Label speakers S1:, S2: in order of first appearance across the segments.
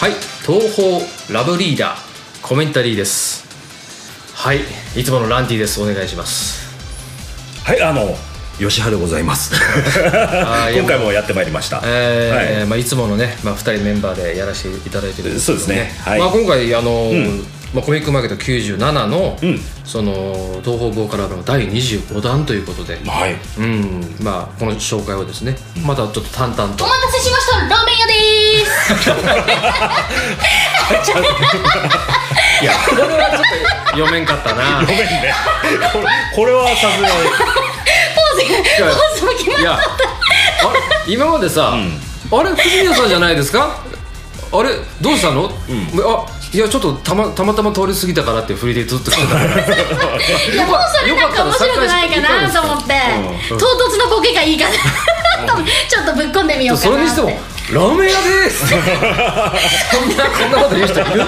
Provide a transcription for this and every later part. S1: はい東方ラブリーダーコメンタリーですはいいつものランディですお願いします
S2: はいあの吉原でございます
S1: あーいや
S2: 今回もやってまいりました、
S1: えー
S2: はい
S1: まあ、いつものね、まあ、2人メンバーでやらせていただいてるんですけど、
S2: そうですねはい
S1: まあ、今回あの、
S2: ん
S1: まあ、コミックマーケット97の,、
S2: ん
S1: その東方ボーカルアルバム第25弾ということで、
S2: はい
S1: うんまあ、この紹介をですねまたちょっと淡々と
S3: お待たせしましたラーメン屋でーす
S1: い やこれはちょっと読めんかったな
S2: ごめんねこれこれはさすがに
S1: や
S3: ポーズポーズも決まっ
S1: いやあれ今までさ、あれ藤宮さんじゃないですかあれどうしたの、あいやちょっとたまたまたま通り過ぎたからって振りでずっと来てたから
S3: いやもうそれなんか面白くないかなと思って唐突なボケがいいかなと思ってちょっとぶっこんでみようか
S1: そ
S3: なっ
S1: れ
S3: て
S1: にしても「ラーメン屋 です」そんなこんなこと言う人いる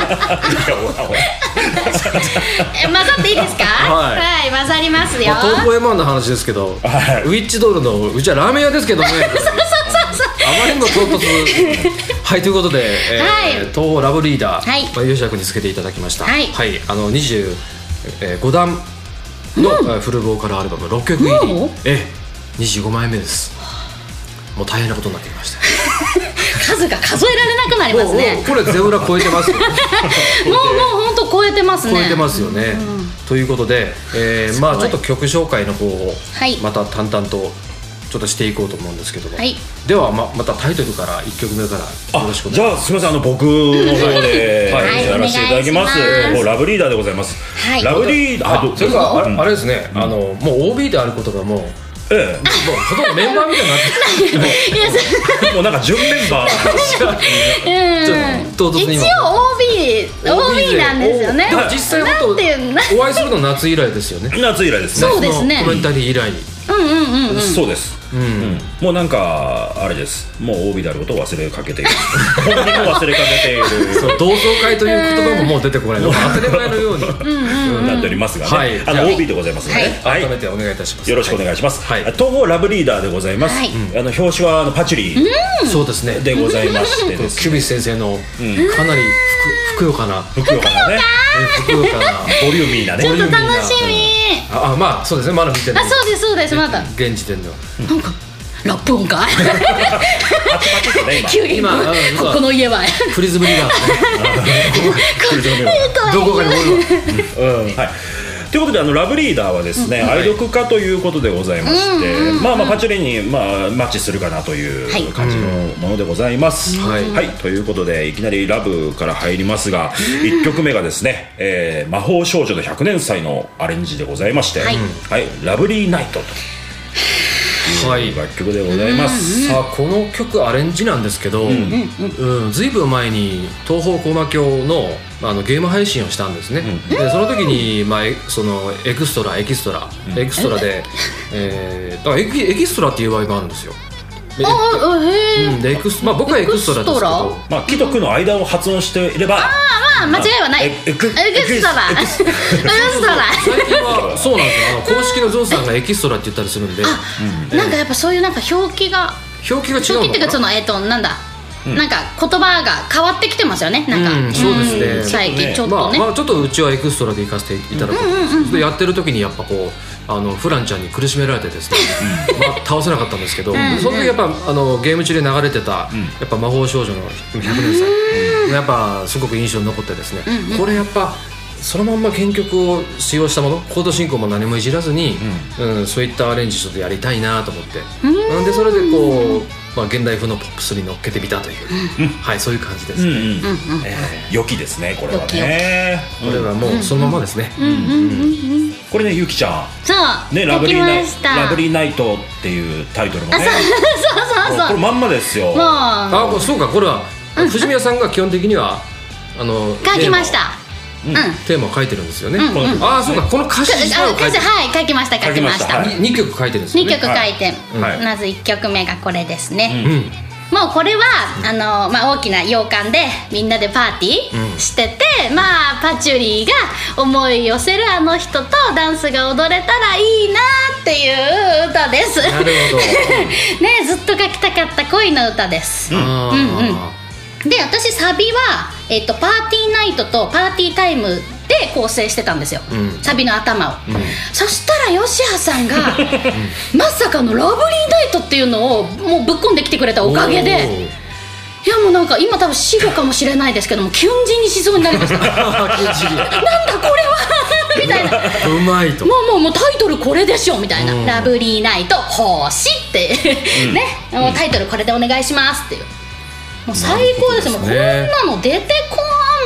S3: え混ざっていいですか
S1: はい
S3: はい混ざりますよ
S1: まあ、東宝 M−1 の話ですけど、
S2: はい
S1: ウィッチドールのうちはラーメン屋です けどねあまりにも唐突はいということで、えー
S3: はい
S1: 東宝ラブリーダー、
S3: はい
S1: まあ、吉田君につけていただきました
S3: はい
S1: あの25段の、えーフルボーカルアルバム6曲入り、
S3: もう
S1: ええ25枚目ですもう大変なことになってきました
S3: 数が数えられなくなります
S1: もうも
S3: ね
S1: うこれゼウラ超えてますよ
S3: もうもう本当超えてますね
S1: 超えてますよね。ということで、えーまあちょっと曲紹介の方を
S3: はい
S1: また淡々とちょっとしていこうと思うんですけども、
S3: はい
S1: ではままたタイトルから1曲目からよろしくお
S2: じ
S1: 願いし
S2: ゃあすみませんあの僕の方で、
S3: はい
S2: やらせていただきます
S3: お願いします
S2: もうラブリーダーでございます、
S3: はい
S2: ラブリーダー
S1: ます。あ、
S2: ど
S1: それ
S2: どう
S1: か
S2: です
S1: ああれですね、あのもう OB であることがもうもう
S2: うんえ
S1: ほとんどメンバーみたいになって
S3: いやそ
S2: えもうなんか準メンバー
S3: うん
S1: ちょっと唐突に
S3: 一
S1: 今
S3: 応 OB OB なんですよね
S1: でも実際
S3: な
S1: 本
S3: んていうの
S1: 当お会いするの夏以来ですよね。
S2: 夏以来ですね
S3: そうですね
S1: コメンタリー以来。
S3: うんうんうんうん
S2: そうです、
S1: うん
S2: うんもうなんかあれですもう OB であることを忘れかけ ている本当にもう忘れかけている
S1: そう同窓会という言葉ももう出てこないの当たり前のように
S2: なっておりますがね、
S1: はい
S2: あ
S1: じゃあ
S2: の OB でございますので、ねはい
S1: 改めてお願いいたします。
S2: よろしくお願いします、
S1: はい
S2: 東方ラブリーダーでございます、
S3: はい
S2: あの表紙はあのパチュリー
S1: す。そうですね。
S2: でございましてです
S1: キュビス先生のかなりふくふくよかな、
S2: ふくよかなね
S1: ふくよかな
S2: ボリューミーなね
S3: ちょっと楽しみ
S1: ああまあそうですねまだ見てな
S3: あ
S1: い
S3: そうですそうですまだ
S1: 現時点では
S3: なんかラップ音か
S2: パチパチとね今
S3: 急に
S1: 今うん そう
S3: ここの 家は
S1: フリズブリが、ね、
S2: 来る状況
S1: どこかにおるわ
S2: うんはいということであのラブリーダーはですね、愛読家ということでございまして、まあまあパチュリーに、まあ、マッチするかなと
S3: はい
S2: いう感じのものでございます。
S1: んはい
S2: ということでいきなり「ラブ」から入りますが、1曲目がですね、えー魔法少女の100年祭」のアレンジでございまして「
S3: はい
S2: はいラブリーナイト」と
S1: はいいう
S2: 楽曲でございます。
S1: さあこの曲アレンジなんですけど、うんずいぶん前に東方駒教のあのゲーム配信をしたんですね、でその時に、まあ、えそのエクストラエキストラ、エクストラ で、えー、だからエキエキストラっていう場合もあるんですよで
S3: あへえ
S1: うんでエクスまあ僕はエクストラですけ
S3: エク
S1: ど
S3: ス
S2: まあ、木と句の間を発音していれば
S3: あ間違いはない
S2: え
S3: エ
S2: エ
S3: ク
S2: ク
S3: ストラ
S2: エ
S3: エク
S2: ク
S3: ストラ
S1: 最近はそうなんですよあの公式のゾウさんがエキストラって言ったりするんで
S3: なんかやっぱそういうなんか表記が
S1: 表記が違
S3: 表
S1: う
S3: 記
S1: の
S3: っていうか
S1: か
S3: そ
S1: な
S3: のえっとなんだなんか言葉が変わってきてますよねなんか
S1: うんそうですね
S3: ん最近ちょっ
S1: ま
S3: と
S1: あ
S3: ね
S1: まあちょっとうちはエクストラで行かせていただくんですけどやってる時にやっぱこうあのフランちゃんに苦しめられてですねまあ倒せなかったんですけどその時やっぱあのゲーム中で流れてたやっぱ魔法少女の100年祭やっぱすごく印象に残ってですねこれやっぱそのまんま原曲を使用したものコード進行も何もいじらずに、うんそういったアレンジちょっとやりたいなと思ってなんでそれでこう、まあ、現代風のポップスに乗っけてみたという、はい、そういう感じです、
S2: うんう
S1: ね
S2: んえー良きですねこれはね
S1: これはもうそのままですね、
S2: これねゆきちゃん
S3: そう
S2: ね、
S3: で
S2: ラブリ
S3: き
S2: ーナ
S3: ま
S2: イ
S3: した
S2: ラブリーナイトっていうタイトルもね
S3: そう
S2: こ
S3: そう
S2: れまんまですよ
S3: もう
S1: あそうかこれは藤宮さんが基本的にはあの
S3: 書きましたうんあ
S1: テーマをテーマを書いてるんですよね、
S2: んうん
S1: ああそうかこの歌詞自体を書
S3: 歌
S1: いて
S3: 詞
S1: る
S3: はい書きました書きまし
S2: 書きました
S3: た
S2: は
S1: 2曲書いてるんですよ
S3: 2
S1: ね
S3: 曲書いて
S2: はい
S3: まず1曲目がこれですね
S1: うん、
S3: もうこれはあの、まあ、大きな洋館でみんなでパーティーしてて、まあパチュリーが思い寄せるあの人とダンスが踊れたらいいなっていう歌です
S1: なるほど
S3: ねずっと書きたかった恋の歌です
S1: あー、
S3: で私サビは、えっとパーティーナイトとパーティータイムで構成してたんですよ、
S1: うん
S3: サビの頭を、
S1: ん
S3: そしたら吉羽さんがまさかの「ラブリーナイト」っていうのをもうぶっ込んできてくれたおかげでいやもうなんか今多分死後かもしれないですけどもキュン死にしそうになり ましたなんだこれはみたいな
S1: おーうまいと
S3: もうもうもうタイトルこれでしょみたいな「ラブリーナイト星」って、ねもうタイトルこれでお願いしますっていうもう最高ですもうこん
S1: なる
S3: なの出てこ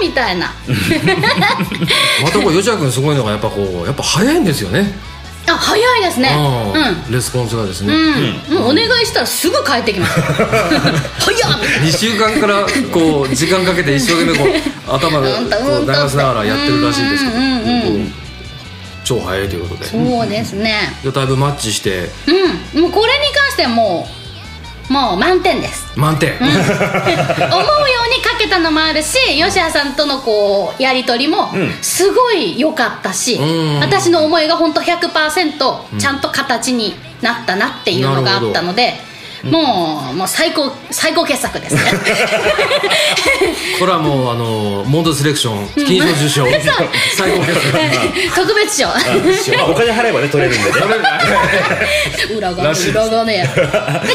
S3: ーんみたい な
S1: またこう吉田君すごいのがやっぱこうやっぱ早いんですよね
S3: あ早いですね
S1: あーレスポンスがですね、
S3: うん、うんもうお願いしたらすぐ帰ってきます 早っみたいな
S1: 2週間からこう時間かけて一生懸命こう頭をこ
S3: うんとうん
S1: う
S3: と
S1: 流しながらやってるらしいですけど、
S3: うんうんうん
S1: こう超早いということで
S3: そうですね
S1: でだいぶマッチして
S3: うんもうこれに関してはもうもう満点です
S1: 満点、
S3: 思うようにかけたのもあるし吉羽さんとのこうやり取りも
S2: ん
S3: すごい良かったし、
S1: うん
S3: 私の思いが本当100%ちゃんと形になったなっていうのがあったので、もうもう最高最高傑作ですね
S1: これはもうあのモンドセレクション金賞受賞、最高です
S3: 特別 賞
S2: まあお金払えばね取れるん でね
S3: 裏
S1: ら
S3: 金
S1: しいです
S3: 裏金 やだか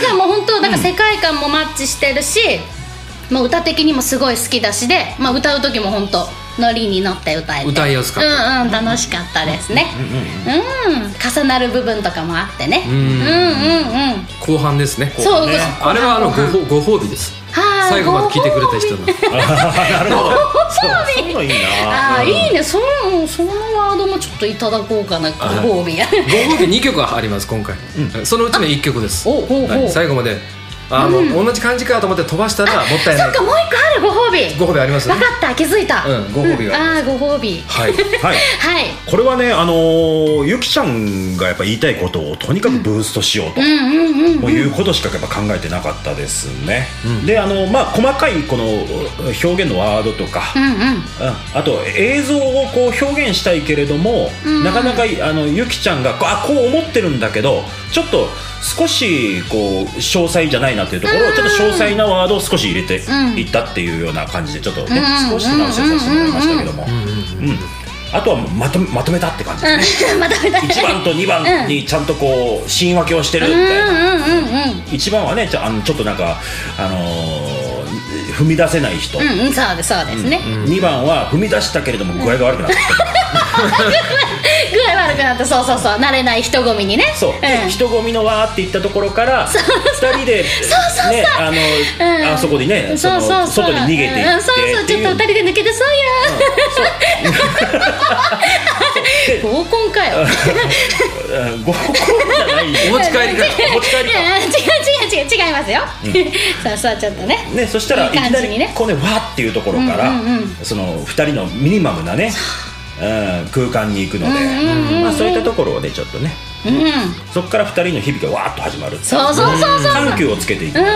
S3: らもう本当なんか世界観もマッチしてるし、もう歌的にもすごい好きだしで、まあ、歌う時も本当ノリに乗って歌えて
S1: 歌いやすかった
S3: うんうん楽しかったですねうん重なる部分とかもあってねうんんうんうん
S1: 後半ですね
S3: そう
S2: ね
S1: あれはあのごご褒美です
S3: はあ
S1: 最後まで聞いてくれた人の
S2: そういうのいいな
S3: ああーいいねそのそのワードもちょっといただこうかなご褒美や
S1: ご褒美2曲あります今回、そのうちの1曲です、
S3: おほう
S1: は
S3: ほ
S1: い、
S3: うそっ
S1: 最後まであの、同じ感じかと思って飛ばしたらもったいない
S3: かもう一個あるご褒美
S1: ご褒美あります
S3: 分かった気づいた
S1: うんご褒美が
S3: ああーご褒美
S1: はい
S2: はい
S3: はい
S2: これはねあのーゆきちゃんがやっぱ言いたいことをとにかくブーストしようと、
S3: うんうんうん
S2: もういうことしかやっぱ考えてなかったですね、であのまあ細かいこの表現のワードとか、
S3: うんうん
S2: う んあと映像をこう表現したいけれども、
S3: うん
S2: なかなかあのゆきちゃんがこうあこう思ってるんだけどちょっと少しこう詳細じゃないなというところを、ちょっと詳細なワードを少し入れて
S3: うん
S2: いったっていうような感じでちょっとね、
S3: うん
S2: 少し直しをさせてもらいましたけども、うんあとはもうまとめまとめたって感じですね、
S3: うんまたまた
S2: 1番と2番にちゃんとこう芯分けをしてるみ
S3: う
S2: たいな。
S3: んうんうんうん
S2: 一番はねちょあのちょっとなんか、あのー踏み出せない人、
S3: うんうんそうですそうですね、
S2: 2番は踏み出したけれども具合が悪くなってきた、
S3: 具合悪くなってそうそうそう慣れない人混みにね
S2: そう、
S3: ん、
S2: 人混みのわーって言ったところから2人で
S3: そうそう
S2: ねあの、
S3: うん
S2: あそこにねそ
S3: そう
S2: の
S3: そうそう
S2: 外に逃げていって
S3: うんそうそう
S2: って
S3: ちょっ
S2: い
S3: と
S2: う
S3: 二人で抜けて そうや合コンかよ
S2: うん合コンじゃないよ
S1: お持ち帰りから
S2: 持ち帰り
S3: いや違う違う違う違いますよ、そうそうちょっとね
S2: ね、そしたらい
S3: いい
S2: き
S3: 感
S2: な
S3: じ
S2: り
S3: にね
S2: こうねわーっていうところから、
S3: うんうんうん
S2: その2人のミニマムなね、うん、空間に行くので、まあ、そういったところをねちょっとね
S3: うんうん
S2: そこから2人の日々がわーっと始まる
S3: そうそうそうそう
S2: 緩急をつけていく
S3: うんうんう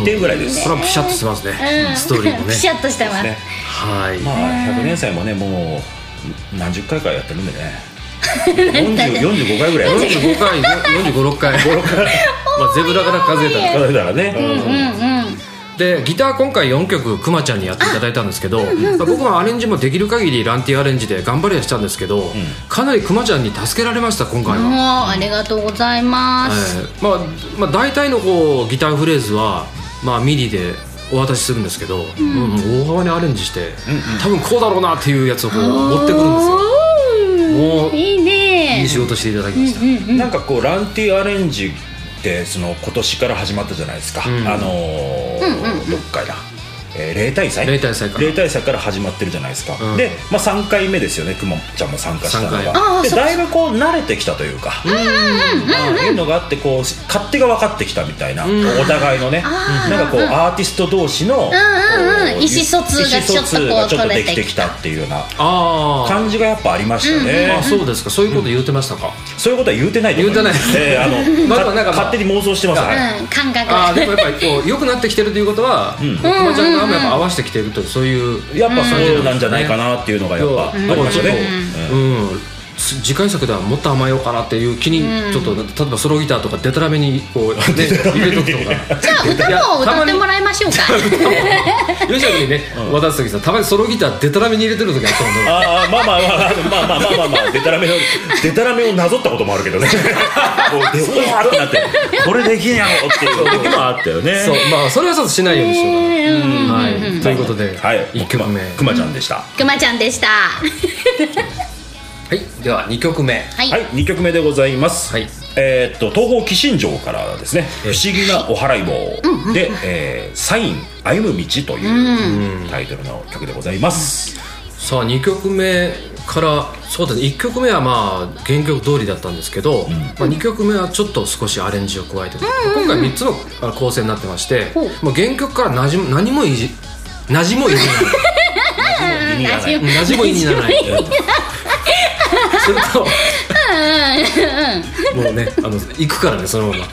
S3: ん
S2: っていうぐらいです、
S1: それはピシャッとしてますね、
S3: うん
S1: ストーリーもね
S3: ピシャッとしてます
S2: ね
S1: はい、
S2: まあ100年祭もねもう何十回かやってるんで ね40 45回ぐらいやる
S1: 45回456回 まあゼブラから数えたら
S2: それだからね、
S3: うんうん
S1: でギター今回4曲くまちゃんにやっていただいたんですけど、まあ僕はアレンジもできる限りランティアレンジで頑張りはしたんですけど、かなりくまちゃんに助けられました今回
S3: もう
S1: は、
S3: ありがとうございま
S1: え
S3: す、
S1: ーまあまあ、大体のこうギターフレーズは、まあ、ミディでお渡しするんですけど、うんうん大幅にアレンジして、多分こうだろうなっていうやつをこう持ってくるんですよも
S3: お
S1: う
S3: ーいい
S1: いい
S3: ね
S1: 仕事していただきました、
S2: なんかこうランティアレンジってその今年から始まったじゃないですか、
S1: ん
S2: あのーどっかいな、えー、例大祭
S1: 例大祭から
S2: 例大祭から始まってるじゃないですか、
S1: うん
S2: で、まあ、3回目ですよねくまちゃんも参加したの
S1: 三回
S3: あ
S2: が
S3: あ
S2: で
S3: そっ
S2: だいぶこう慣れてきたというかああいうのがあってこう勝手が分かってきたみたいな、お互いのね
S3: ああ
S2: なんかこうアーティスト同士の、
S3: んうん
S2: こ
S3: 意思疎通がち
S2: 意思疎
S3: ょっとこう
S2: 通がちょっと
S3: 取
S2: で
S3: れ
S2: き
S3: て
S2: て
S3: きた
S2: きたっていうような
S1: あー
S2: 感じがやっぱありましたね、
S1: あそうですかそういうこと言うてましたか、
S2: そういうことは言うてないと思います
S1: 言う
S2: ええあの、
S1: まあ
S2: か
S1: でもなんかまあ
S2: 勝手に妄想してます。はい
S3: うん感覚
S1: ああでもやっぱりこう良くなってきてるということは、
S2: ん
S1: こまちゃん側もやっぱ合わせてきてるとそういう
S2: やっぱそうなんじじゃないかなっていうのがやっぱあ
S1: うん
S2: りましたね。
S1: うん、す次回作ではもっと甘えようかなっていう気にちょっと、例えばソロギターとかデタラメにこ う、ね、入れとくとか
S3: じゃあ歌も歌ってもらいましょうか
S1: 吉崎にね渡す時さたまにソロギターデタラメに入れてる時あったもんね
S2: ああまあまあまあまあまあまあまあまあデタラメをデタラメをなぞったこともあるけどねこうでうわーってなってこれできんやろっていう時もあったよね
S1: そうまあそれはちょっとしないようにしようかな、はい、ということで、
S2: はい
S1: 1曲目
S2: くまちゃんでした、
S3: くまちゃんでした
S1: はい、では2曲目
S3: はい、
S2: はい、二曲目でございます。
S1: はい
S2: えーっと東方鬼神城からですね、不
S1: え
S2: 思議なお祓い棒で、えーサイン歩む道というタイトルの曲でございます。
S1: さあ2曲目からそうですね1曲目はまあ原曲通りだったんですけど、まあ、2曲目はちょっと少しアレンジを加えて、今回3つのあの構成になってまして、
S3: ほう
S1: まあ、原曲からなじむ何もいじなじもいじ
S2: 意味が
S1: ら
S2: ない。
S1: ないなじもいじらないするともうねあの行くからねそのまま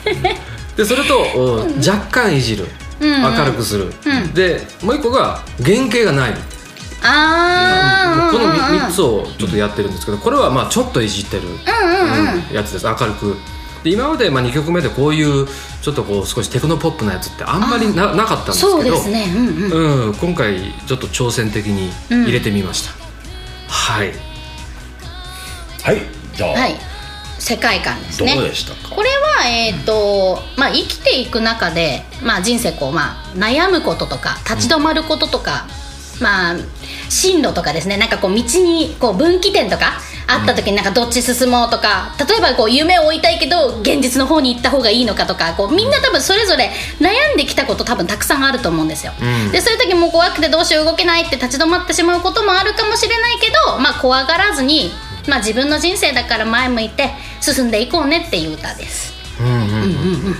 S1: でそれとお若干いじる明るくする、でもう一個が原型がない
S3: あー
S1: この
S3: うんうんうん
S1: 3つをちょっとやってるんですけどこれはまあちょっといじってるうんやつです明るくで今までまあ2曲目でこういうちょっとこう少しテクノポップなやつってあんまりななかったんですけど
S3: そうですねうんうん
S1: うん、今回ちょっと挑戦的に入れてみました、はい
S2: はい、じゃあ、
S3: はい世界観ですね
S2: どうでしたか。
S3: これは、えーとまあ、生きていく中で、まあ、人生こう、まあ、悩むこととか立ち止まることとか、まあ、進路とかですねなんかこう道にこう分岐点とかあった時になんかどっち進もうとか例えばこう夢を追いたいけど現実の方に行った方がいいのかとかこうみんな多分それぞれ悩んできたこと多分たくさんあると思うんですよ。
S1: うん
S3: でそういう時もう怖くてどうしよう動けないって立ち止まってしまうこともあるかもしれないけど、まあ、怖がらずに、まあ、自分の人生だから前向いて進んでいこうねっていう歌です。
S1: うんうん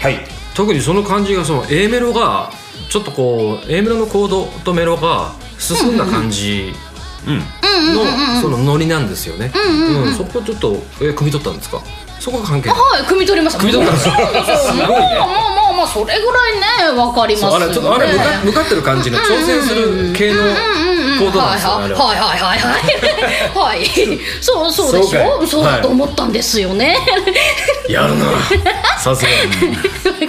S2: はい、
S1: 特にその感じがその A メロがちょっとこう A メロのコードとメロが進んだ感じ
S2: うん、
S1: のそのノリなんですよね、うんそこちょっとえ汲み取ったんですかそこが関係ない
S3: はい、汲み取りました。
S1: 汲み取ったんですか
S3: そう
S1: す
S3: もう
S1: ごいね
S3: もうもうもうそれぐらいねわかります
S1: そうあ
S3: よ
S1: れ
S3: ね。
S1: ちょっとあれ向か向かってる感じの挑戦する系の行動なんですよねあ
S3: はい
S1: れは
S3: はいはいはいはいはい そうそうでし
S1: そうか
S3: ょ
S1: い
S3: そうだと思ったんですよね
S1: やるなさすがに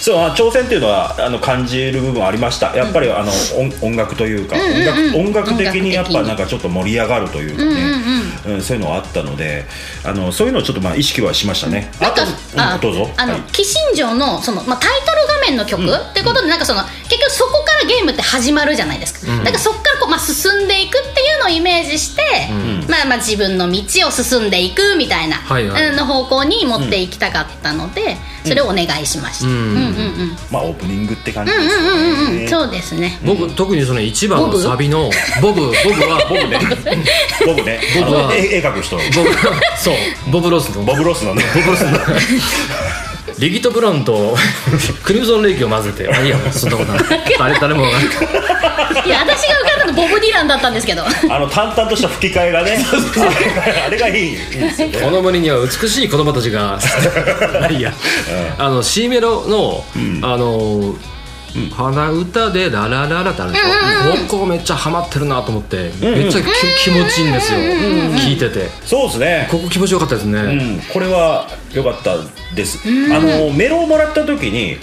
S2: そうあ挑戦っていうのはあの感じる部分ありましたやっぱりあの音音楽というか、音楽音楽的にやっぱなんかちょっと盛り上がるというかね、うんそういうのはあったのであのそういうのをちょっとまあ意識はしましたね
S3: なんか
S2: あと、うん、どうぞ
S3: あの
S2: はい
S3: 鬼神城のそのまあタイトル画面の曲ってことでなんかその結局そこからゲームって始まるじゃないですかだからそこからこうまあ進んでいくっていうのをイメージしてまあまあ自分の道を進んでいくみたいな
S1: はいはい
S3: うんの方向に持っていきたかったのでそれをお願いしました
S1: う
S3: うんんうんうん
S2: まあオープニングって感じで
S3: う
S2: す
S3: ん
S2: よ
S3: うんうんうんそうで すね
S1: 僕特にその1番
S3: ボ
S1: の
S3: ブ
S1: サビのボブボブはボブね
S2: ボブね
S1: ボブは
S2: あの絵絵描く人
S1: ボブそうボブロスの
S2: ボブロスのね
S1: リギトブラウンとクリムゾンレイキを混ぜてあいいやそんなことないあれ誰もわかんない
S3: いや私が浮かんだのボブ・ディランだったんですけ ど
S2: あの淡々とした吹き替えがねあれがいい
S1: この森には美しい子供たちが まあいいや、あの C メロの、あの鼻歌でララララってあるでしょ、ここめっちゃハマってるなと思って、めっちゃき気持ちいいんですよ、聞いてて
S2: そうですね
S1: ここ気持ちよかったですね、
S2: うん、これは良かったです、あのメロをもらった時に、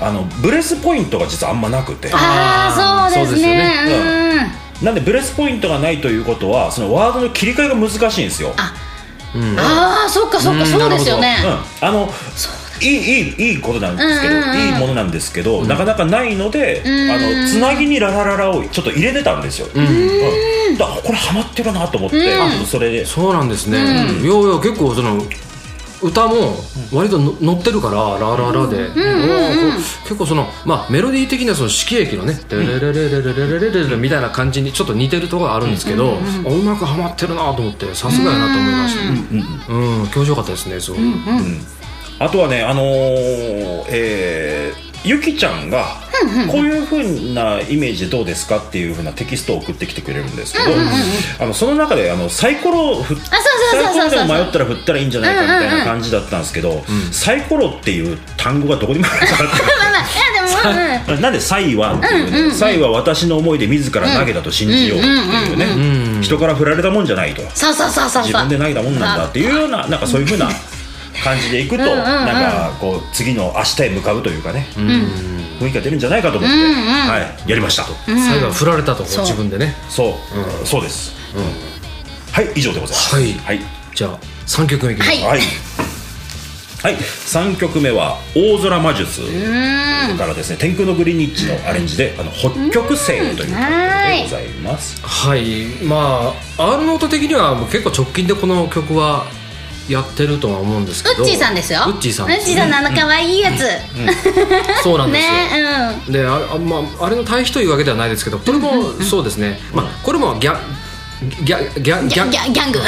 S2: あのブレスポイントが実はあんまなくて
S1: あー
S3: ああそうですね
S1: そう
S2: ですよね
S3: うん
S2: なんでブレスポイントがないということはそのワードの切り替えが難しいんですよ、
S3: ああそっかそっ
S1: う
S3: か
S1: ん
S3: そうですよね
S2: うん、あのいいいいいいことなんですけど、
S3: うんうんうん
S2: いいものなんですけど、なかなかないので、
S3: ん
S2: あのつなぎにララララをちょっと入れてたんですよ、うんだからこれハマってるなと思って、
S3: うん
S2: あちょっとそれで
S1: そうなんですね、いやいや結構その歌も割との乗ってるから「ラララ」で、おーこう結構その、まあ、メロディー的なその式液のね「テレレレレレレレレレレ」みたいな感じにちょっと似てるところがあるんですけど、うまくはまってるなと思ってさすがやなと思いましたうん、気持ちよかったですねすごい、
S2: あとはね、あのーえーゆきちゃんが、こういうふうなイメージでどうですかっていうふうなテキストを送ってきてくれるんですけど、あのその中であのサイコロを振っ
S3: あそうそうそうそうそ
S2: サイ
S3: う
S2: コロで迷ったら振ったらいいんじゃないかみたいな感じだったんですけど、サイコロっていう単語がどこにもあるかなって
S3: まあまあいやでもまあ
S2: なんで「サイは」っていうね「サイは私の思いで自ら投げたと信じよう」っていうね人から振られたもんじゃないと
S3: そうそうそうそう
S2: 自
S3: そ
S2: 分
S3: う
S2: で投げたもんなんだっていうようななんかそういうふうな感じでいくと
S3: うんうん
S2: なんかこう次の明日へ向かうというかね雰囲気が出るんじゃないかと思って
S3: うんうん
S2: はいやりました
S1: 最後は振られたと
S3: そう
S1: 自分でね
S2: そうそうですはい以上でございます
S1: はい
S2: はい
S1: じゃあ3曲目いきます、
S3: はい
S2: はい。はい、3曲目は「大空魔術」からですね「天空のグリニッチ」のアレンジで「あの北極星」という曲でございます。
S1: はいまあアールノート的にはもう結構直近でこの曲はやってるとは思うんですけど
S3: ウッチーさんですよ
S1: ウッチーさん
S3: ウッ
S1: で
S3: チ
S1: す
S3: ー
S1: ね
S3: さんのあの可愛いやつ
S1: そうなんですよ、
S3: ねうん
S1: でああ,、まあ、あれの対比というわけではないですけどこれもそうですね、まあ、これもギャギャギャギ
S3: ギ
S1: ャ
S3: ャギ
S1: ギャ
S3: ャギャングギ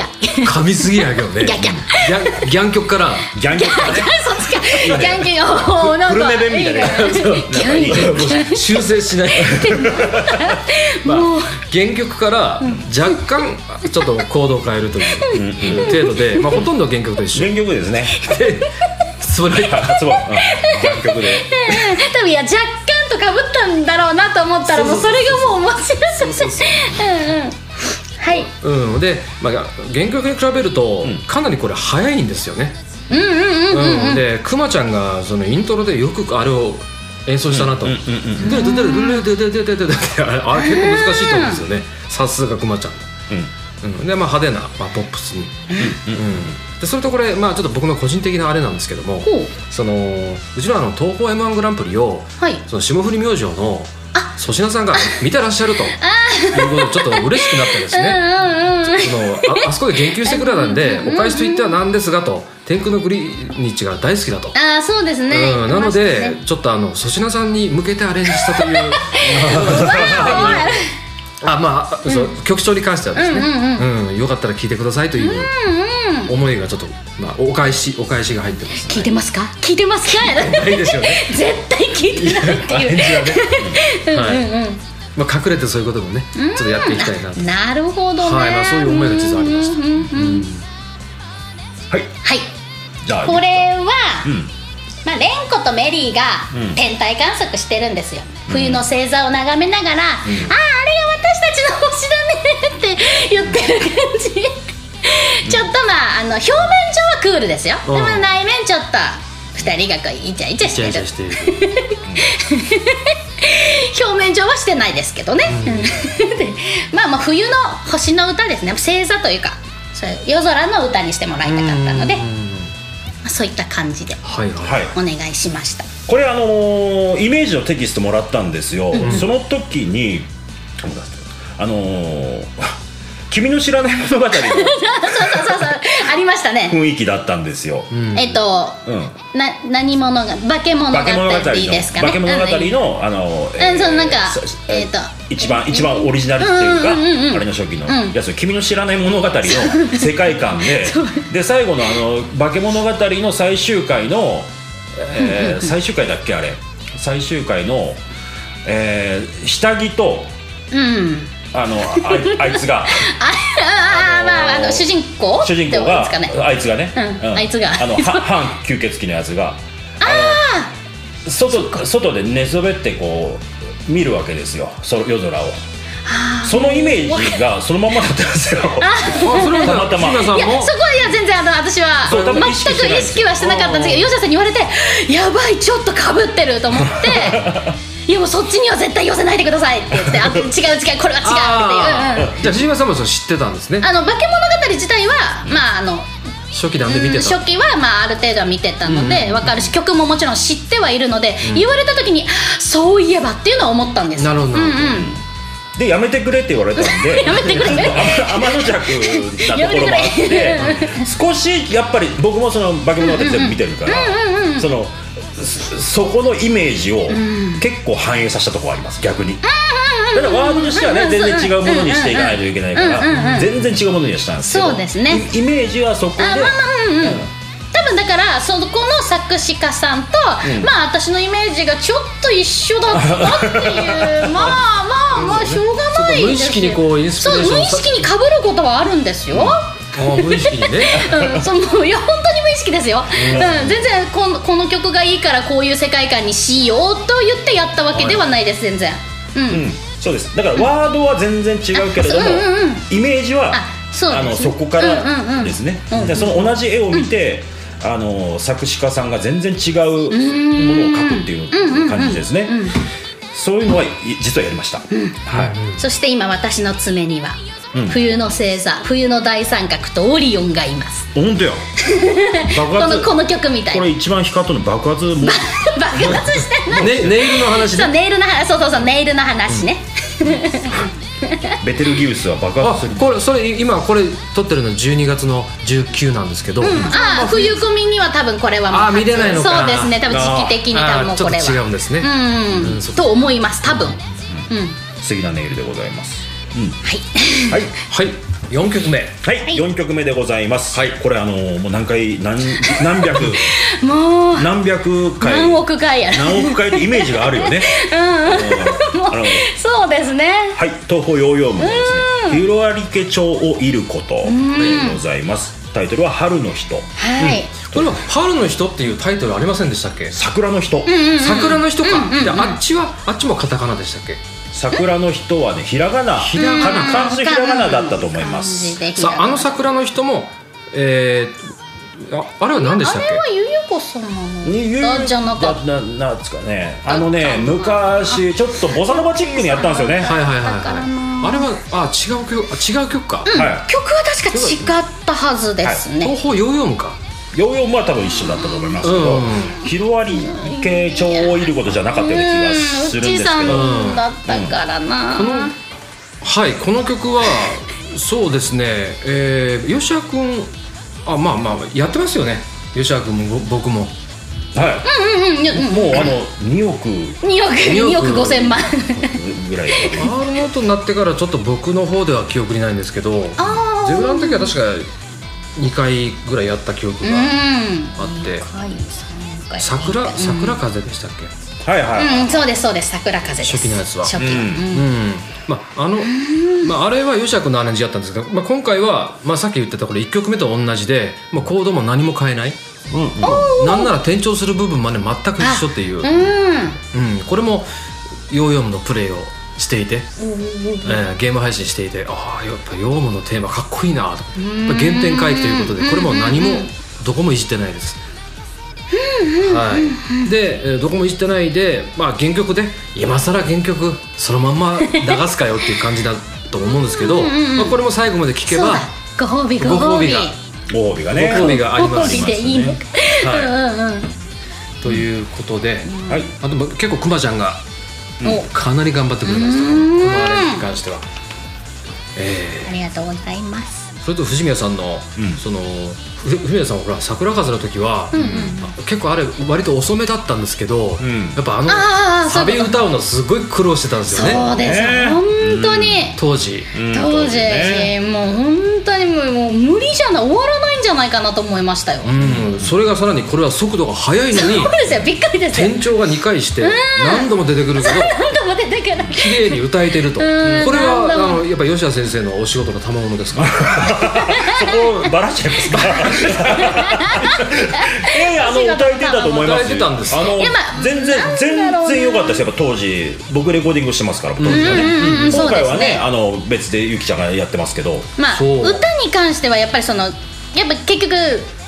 S3: ャギャ
S1: 噛みすぎやけどね
S3: ギャギャ
S1: ギャギャン曲から
S2: ギャンギャンからね
S3: そっちかギャンギャンおーなんか
S2: グルメ弁みたいな感じ
S3: ギャンギャン
S1: 修正しない まあ原曲から若干ちょっと行動を変えるという程度で、まあ、ほとんど原曲と一緒
S2: 原曲ですね。
S1: でつぶらいた
S2: 初はうん原曲で。
S3: 多分いや若干とかぶったんだろうなと思ったらもうそれがもう面白さ
S1: そうそう
S3: でうんうんはい
S1: うん、で、まあ、原曲に比べると、かなりこれ早いんですよね。うん、で、くまちゃんが、そのイントロでよくあれを演奏したなと。で、で、で、で、で、で、で、で、で、で、あれ、あれ結構難しいと思うんですよね。さすがくまちゃん。うん、で、まあ、派手な、まあ、ポップスに。うん、で、それと、これ、まあ、ちょっと僕の個人的なあれなんですけども
S3: ほう。
S1: その、うちの、あの、東宝 M1 グランプリを、
S3: はい
S1: その霜降り明星の。粗品さんが見てらっしゃるということでちょっと嬉しくなってですね
S3: うんうんうん
S1: そのああそこで言及してくれたんでお返しと言ってはなんですがと天空のグリニッチが大好きだと、
S3: ああそうですね
S1: うん、なの
S3: 言
S1: で、
S3: ってまし
S1: ちょっとあの粗品さんに向けてアレンジしたという
S3: たねわ
S1: あまあ、そう曲調に関してはですね、うんよかったら聞いてくださいという思いがちょっと、まあ、お返しお返しが入ってます
S3: お聞いてますか聞いてますか
S1: ないですよね
S3: 絶対聞いてないって
S2: アレン
S3: い
S2: ジ
S3: う
S2: はね。
S1: はいまあ、隠れてそういうこともねちょっとやっていきたいなと、
S3: なるほどね
S1: はいまあ、そういう思いが実はありました
S2: はい。
S3: はい
S2: じゃあ。
S3: これは、
S2: ん
S3: まあ、レンコとメリーが
S2: うん
S3: 天体観測してるんですよ、冬の星座を眺めながら、あああれが私たちの星だねって言ってる感じちょっとまああの表面上はクールですよ、
S1: うん
S3: でも内面ちょっと2人がこうイチャイチャし
S1: イチャ
S3: てる
S1: イチャしている
S3: 表面上はしてないですけどね、 でまあまあ冬の星の歌ですね星座というかそういう夜空の歌にしてもらいたかったので、
S1: うん
S3: まあそういった感じで
S1: はいはい、
S2: はい。
S3: お願いしました
S2: これあのーイメージのテキストもらったんですよ、その時にあのー君の知らない物語の
S3: そうそうそうそうありましたね。
S2: 雰囲気だったんですよ、
S3: えっと、
S2: うん
S3: な何者が化け物が
S2: 化け物語の
S3: あっていいですかね。
S2: 化け物語
S3: うん
S2: のあの
S3: うんそうなんか
S2: さ
S3: えーと
S2: 一番一番オリジナルっていうか、
S3: うんうんうんうん
S2: あれの初期の、
S3: うん
S2: やつ君の知らない物語の 世界観でで最後のあの化け物語の最終回の、えー最終回だっけあれ最終回の、えー下着と
S3: うん。
S2: あのあいあいつ が
S3: あああまああの主人公
S2: 主人公
S3: ってことで
S2: が
S3: すかね。
S2: あいつがね、
S3: うんあいつが
S2: あのは反吸血鬼のやつがあの外外で寝そべってこう見るわけですよそ夜空をそのイメージがそのままだったんですよ
S1: あそれは
S2: たまたま
S1: 日村さん
S3: いや
S1: も
S3: そこはいや全然あの私は
S2: そう多分意識
S3: 全
S2: して
S3: く
S2: ない
S3: 意識はしてなかったんですけど吉田さんに言われてやばいちょっとかぶってると思って いやもうそっちには絶対寄せないでくださいって言ってあ違う違うこれは違うっていううんうん。
S1: じゃあ藤島さんもそれ知ってたんですね
S3: あの化け物語自体はまああの
S1: 初期なんで見てた
S3: 初期はまあある程度は見てたのでわかるし曲ももちろん知ってはいるので言われた時にそういえばっていうのは思ったんです
S1: なるほど
S3: うん
S1: なるほ
S2: でやめてくれって言われたんで
S3: やめてくれ
S2: ちょっと天天の弱なところもあって
S3: や
S2: 少しやっぱり僕もその化け物語全部見てるから、そのそそこのイメージを結構反映させたところあります逆に、ただワードとしてはね
S3: うん
S2: 全然違うものにしていかないといけないか
S3: うんうん
S2: ら全然違うものにはしたんですけど
S3: そうですね
S2: イイメージはそこで
S3: あまあまあうんうん多分だからそこの作詞家さんと、まあ私のイメージがちょっと一緒だったってい うまあまあまあしょうがない
S1: そうか
S3: ですよ
S1: 無意識にこうインスピレーション
S3: そう無意識にかぶることはあるんですよ、
S1: ああ無意識にね
S3: うん、そのいや本当に無意識ですよ、うん、全然このこの曲がいいからこういう世界観にしようと言ってやったわけではないです全然うん、
S2: うん、そうですだからワードは全然違うけれども、
S3: あそううんうんうん
S2: イメージは
S3: あそうですね
S2: のそこからですね、
S3: うんうんうん
S2: でその同じ絵を見て、あの作詞家さんが全然違うものを描くっていう感じですね、そういうのはい実はやりました、はい、
S3: そして今私の爪に
S2: う
S3: は、
S2: ん
S3: 冬の星座冬の大三角とオリオンがいます
S2: 本 当よ爆
S3: こ
S2: 発
S3: のこの曲みたい
S2: こ
S3: な
S2: れ一番光ったの爆発も
S3: 爆発してない
S1: ね、ネイルの話
S3: そう
S1: で
S3: ネイルの話そうそうそうネイルの話ね、
S2: ベテルギウスは爆
S1: あ
S2: 発する
S1: これそれ今これ撮ってるの12月の19なんですけど、
S3: ああ冬コミには多分これはもう
S1: あー見れないのか
S3: そうですね多分時期的に多分も
S1: あ
S3: う
S1: ちょ
S3: こ
S1: っと
S3: れ
S1: 違
S3: は
S1: うんですね、
S3: うん、
S1: うんそう
S3: と思います多分、うん
S2: 素敵なネイルでございます
S3: はい
S2: はい
S1: はい4曲目
S2: はい、四曲目でございます。はい、これあのもう何回何何 百
S3: もう
S2: 何百回
S3: 何億回やる
S2: 何億回ってイメージがあるよね。うん、あの
S3: そうですね
S2: はい、東方ヨーヨームのですね、広有家町をいることでございます。タイトルは春の人、
S3: はい、
S1: これは「春の人」っていうタイトルありませんでしたっけ
S2: 桜の人、
S1: 桜の人か、であっちはあっちもカタカナでしたっけ
S2: 桜の人はねひらがな、ひ
S1: らがな
S2: 漢字ひらがなだったと思います。
S3: 感じで
S1: さああの桜の人もえー、ああれは何でし
S3: あ
S1: たっ
S3: れは
S1: け
S3: ゆゆこさんな
S2: に
S3: のだじゃなかった
S2: ななんですかねあのね昔ちょっとボサノバチックにやったんですよね
S1: はいはいはいはい
S3: だからな
S1: あれはあ違う曲あ違う曲か、
S2: は
S3: 曲は確か違ったはずですね、
S1: 東方ヨーヨームか
S2: い、ヨーヨーも多分一緒だったと思いますけど、
S1: うん
S2: 広有家町をいることじゃなかったような気がす
S3: う
S2: る
S3: ん
S2: んで
S3: うち
S2: す
S3: さ
S2: け
S3: ん
S2: ど、
S3: だったからな、
S1: このはいこの曲はそうですねえー、吉田君あまあまあやってますよね吉田君もぼ僕も
S2: は
S3: うんうんうん
S2: い、もうあの2億
S3: 2億
S1: 二
S3: 2
S1: 億
S3: 億5千万
S2: ぐらい
S1: R ノートになってからちょっと僕の方では記憶にないんですけど
S3: あー
S1: 自分の時は確か2回ぐらいやった記憶
S3: う
S1: が
S3: ん
S1: あって、
S3: はい3回
S1: 桜桜風でしたっけ、
S2: はいはい、
S3: うんそうですそうです桜風です
S1: 初期のやつは
S3: 初期の、
S2: うん
S1: うんまああの、まあ、あれは吉田君のアレンジだったんですけど、まあ、今回は、まあ、さっき言ってたこれ1曲目と同じで、まあ、コードも何も変えない、なんなら転調する部分まで全く一緒っていう、うんこれもヨーヨームのプレイをしていて、えーゲーム配信していてああやっぱヨームのテーマかっこいいなとやっぱ原点回帰ということでこれも何もどこもいじってないです。はい、でえーどこもいじってないで、まあ、原曲で今更原曲そのまんま流すかよっていう感じだと思うんですけどまあ、これも最後まで聴け
S3: そう
S1: ば
S3: だご褒美ご
S1: ご褒
S3: 褒美
S1: 美が
S2: ご褒美がね
S1: ご褒美があります
S3: ご褒美でいいのか
S1: はい
S3: うんうん
S1: ということで、
S2: はい
S1: あとま結構くまちゃんが
S3: お
S1: かなり頑張ってくれました
S3: ん
S1: このアレンジに関しては。え
S3: ありがとうございます
S1: ーそれと藤宮さんの、
S2: うん
S1: そのふ藤宮さんはほら桜風の時は、あ結構あれ割と遅めだったんですけど、
S2: ん
S1: やっぱあの
S3: あー
S1: サ
S3: そうい
S1: ビ
S3: うこと
S1: 歌うのすごい苦労してたんですよね
S3: そうです、
S2: ね
S3: 本当に、
S1: 当時、
S2: うん
S3: 当時、
S2: ね
S3: もう本当にもうもう無理じゃない終わらないんじゃないかなと思いましたよ、
S1: うん、それがさらにこれは速度が速いのに
S3: そうですよびっくりですよ
S1: 転調が2回して何度も出てくるけど
S3: 何度も出てくる
S1: 綺麗に歌えてるとこれ
S3: ん
S1: は
S3: なんだ
S1: あのやっぱ吉田先生のお仕事の賜物ですから
S2: そこバラしちゃいますかいやいやあの歌えてたと思います
S1: 歌えてたんです
S2: あ
S1: か
S2: の
S3: いやまあ
S2: 全然
S3: なんだろ
S2: 全
S3: うな
S2: 然良かったですやっぱ当時僕レコーディングしてますから当時はね、
S3: うんうん
S2: 今回は
S3: そうですね
S2: ねあの別でゆきちゃんがやってますけど
S3: まあ
S1: そう
S3: 歌に関してはやっぱりそのやっぱ結局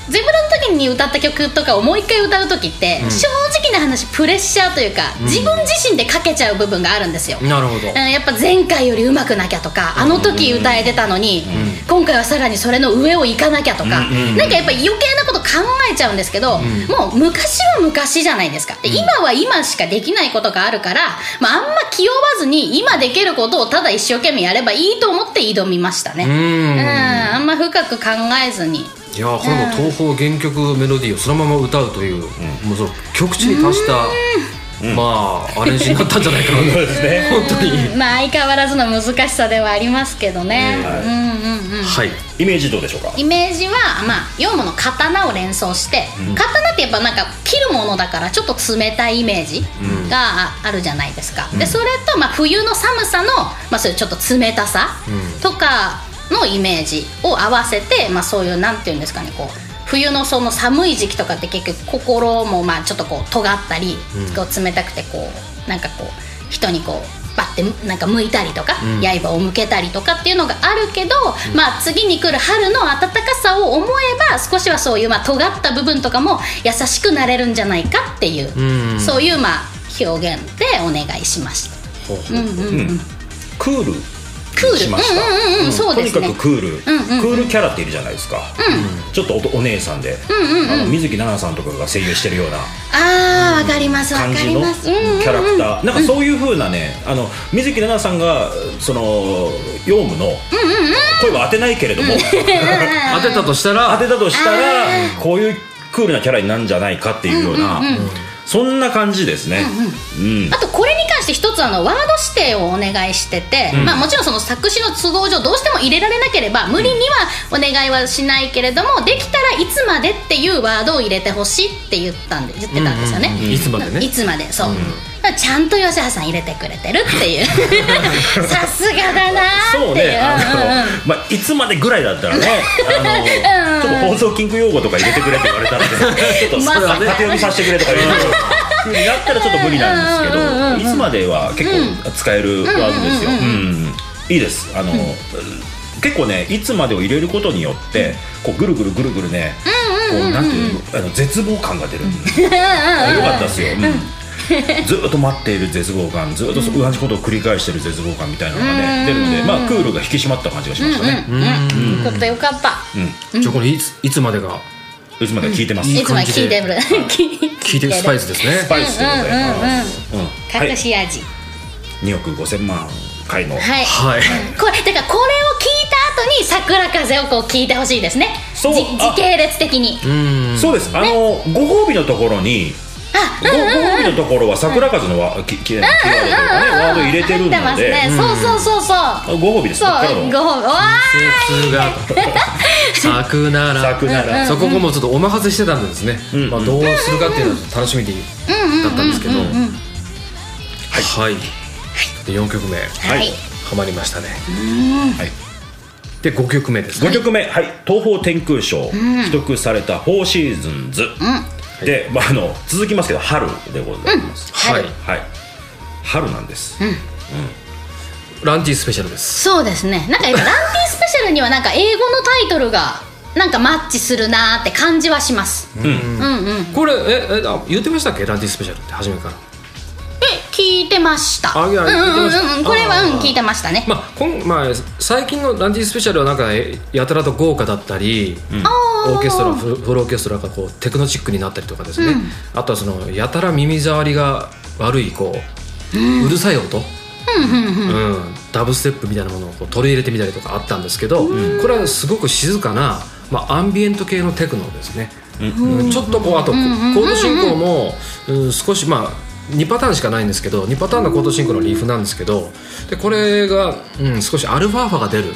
S3: 自分の時に歌った曲とかをもう一回歌う時って、正直な話プレッシャーというか、自分自身でかけちゃう部分があるんですよ、
S1: なるほど
S3: うん、やっぱ前回より上手くなきゃとかあの時歌えてたのに、今回はさらにそれの上を行かなきゃとか、なんかやっぱ余計なこと考えちゃうんですけど、もう昔は昔じゃないですかで今は今しかできないことがあるから、まあ、あんま気負わずに今できることをただ一生懸命やればいいと思って挑みましたね
S1: うん
S3: うんあんま深く考えずに
S1: いやーこれも東宝原曲メロディーをそのまま歌うという、もうその極致に達した、まあアレンジになったんじゃないかな
S2: そうですね
S1: 本当に、
S3: まあ相変わらずの難しさではありますけどね、うんうんうん
S1: はい
S2: イメージどうでしょうか
S3: イメージは、まあ、ヨウムの刀を連想して、刀ってやっぱなんか切るものだからちょっと冷たいイメージがああるじゃないですか、でそれと、まあ、冬の寒さの、まあ、そういうちょっと冷たさとかのイメージを合わせて、まあ、そういうなんていうんですかねこう冬のその寒い時期とかって結局心もまあちょっとこう尖ったり、こう冷たくてこうなんかこう人にこうバッてなんか向いたりとか、刃を向けたりとかっていうのがあるけど、まあ次に来る春の暖かさを思えば少しはそういうまあ尖った部分とかも優しくなれるんじゃないかっていう、
S1: うん
S3: そういうまあ表現でお願いしました。
S1: ほうほう
S3: うんうんうん、
S2: クール
S3: クール
S2: しました
S3: うんうんうんそうですね
S2: とにかくクール、
S3: んうんうん
S2: クールキャラっているじゃないですか、ちょっとおお姉さんで、あの水木奈々さんとかが声優してるような
S3: あーわかりますわか
S2: 感じ
S3: り
S2: のキ
S3: ます。うんうんうん
S2: ャラクター、なんかそういう風なねあの水木奈々さんがそのヨウムの声は当てないけれども、
S1: 当てたとしたら
S2: 当てたとしたらこういうクールなキャラになるんじゃないかっていうような、そんな感じですね、うん
S3: あとこれに関して一つあのワード指定をお願いしてて、まあもちろんその作詞の都合上どうしても入れられなければ無理にはお願いはしないけれどもできたらいつまでっていうワードを入れてほしいって言ったんで言ってたんですよね、
S1: うんうんうんいつまでね
S3: いつまでそう、だからちゃんと吉原さん入れてくれてるっ ていうさすがだなー
S2: そう
S3: っていう
S2: ね、あの、
S3: うんうんうん
S2: まあ、いつまでぐらいだったらね、 あの、ちょっと放送禁句用語とか入れてくれって言われたので、ちょっと、
S3: ま
S2: 縦
S3: さか
S2: 読みさせてくれとか言う風になったらちょっと無理なんですけど、いつまでは結構使えるワードですよ。うんいいです。あの、結構ね、いつまでを入れることによって、こうぐるぐるぐるぐるね、こうなんていうの、あの絶望感が出る。あよかったですよ。うんずっと待っている絶望感ずっとそ同じことを繰り返している絶望感みたいなのがね出るので、まあ、クールが引き締まった感じがしましたね、
S3: うんよかったよかった
S1: じゃあこれいついつまでが
S2: いつまで聞いてます、
S1: うん
S3: いつも
S1: 感じで
S3: 聞いてる聞
S1: 聞いてるスパイスですね
S2: スパイスでございます、うん
S3: 隠し味
S2: はい、2億5000万回の、
S3: はい、
S1: はい
S3: これだからこれを聞いた後に桜風をこう聞いてほしいですね
S2: そう
S3: じ
S2: あ
S3: 時系列的に
S1: うん
S2: そうですあのご褒美のところにごご褒美のところは桜風のわききキーワードというかねワード入れてるの
S3: 入ってます
S2: で、
S3: ね、そうそうそうそう
S2: ご褒美です
S3: そう
S2: こっからの
S3: ご褒美わ
S1: 節 が咲くなら
S2: 咲くなら、
S1: そこもちょっとお任せしてたんですね、
S2: ん
S1: まあ、どうするかっていうのは楽しみでだったんですけどはい、で4曲目
S3: ーはい、
S2: はい
S1: ハマりましたね
S2: はい
S1: で5曲目です
S2: 5曲目、はい、東方天空賞、取得された「フォーシーズンズ」で、まあ、あの続きますけど春でございます、
S1: はい
S2: はい春なんです、
S1: ランティスペシャルです
S3: そうですねなん かやっぱランティスペシャルにはなんか英語のタイトルがなんかマッチするなーって感じはします、うん、うんえ
S1: これええあ言ってましたっけランティスペシャルって初めから
S3: 聞いてました
S1: あいや
S3: うんうんうん
S1: 聞いてました
S3: うんこれはうん
S1: あー
S3: 聞いてましたね
S1: まあ、こんまあ最近のランディスペシャルはなんかえやたらと豪華だったり、オーケストラフルフルオーケストラがこうテクノチックになったりとかですね、あとはそのやたら耳障りが悪いこう、うるさい音、うんダブステップみたいなものをこう取り入れてみたりとかあったんですけど、これはすごく静かな、まあ、アンビエント系のテクノですね、うんちょっとこうあとコード進行も、うん、少しまあ2パターンしかないんですけど2パターンのコード進行のリーフなんですけどでこれが、うん、少しアルファーファが出る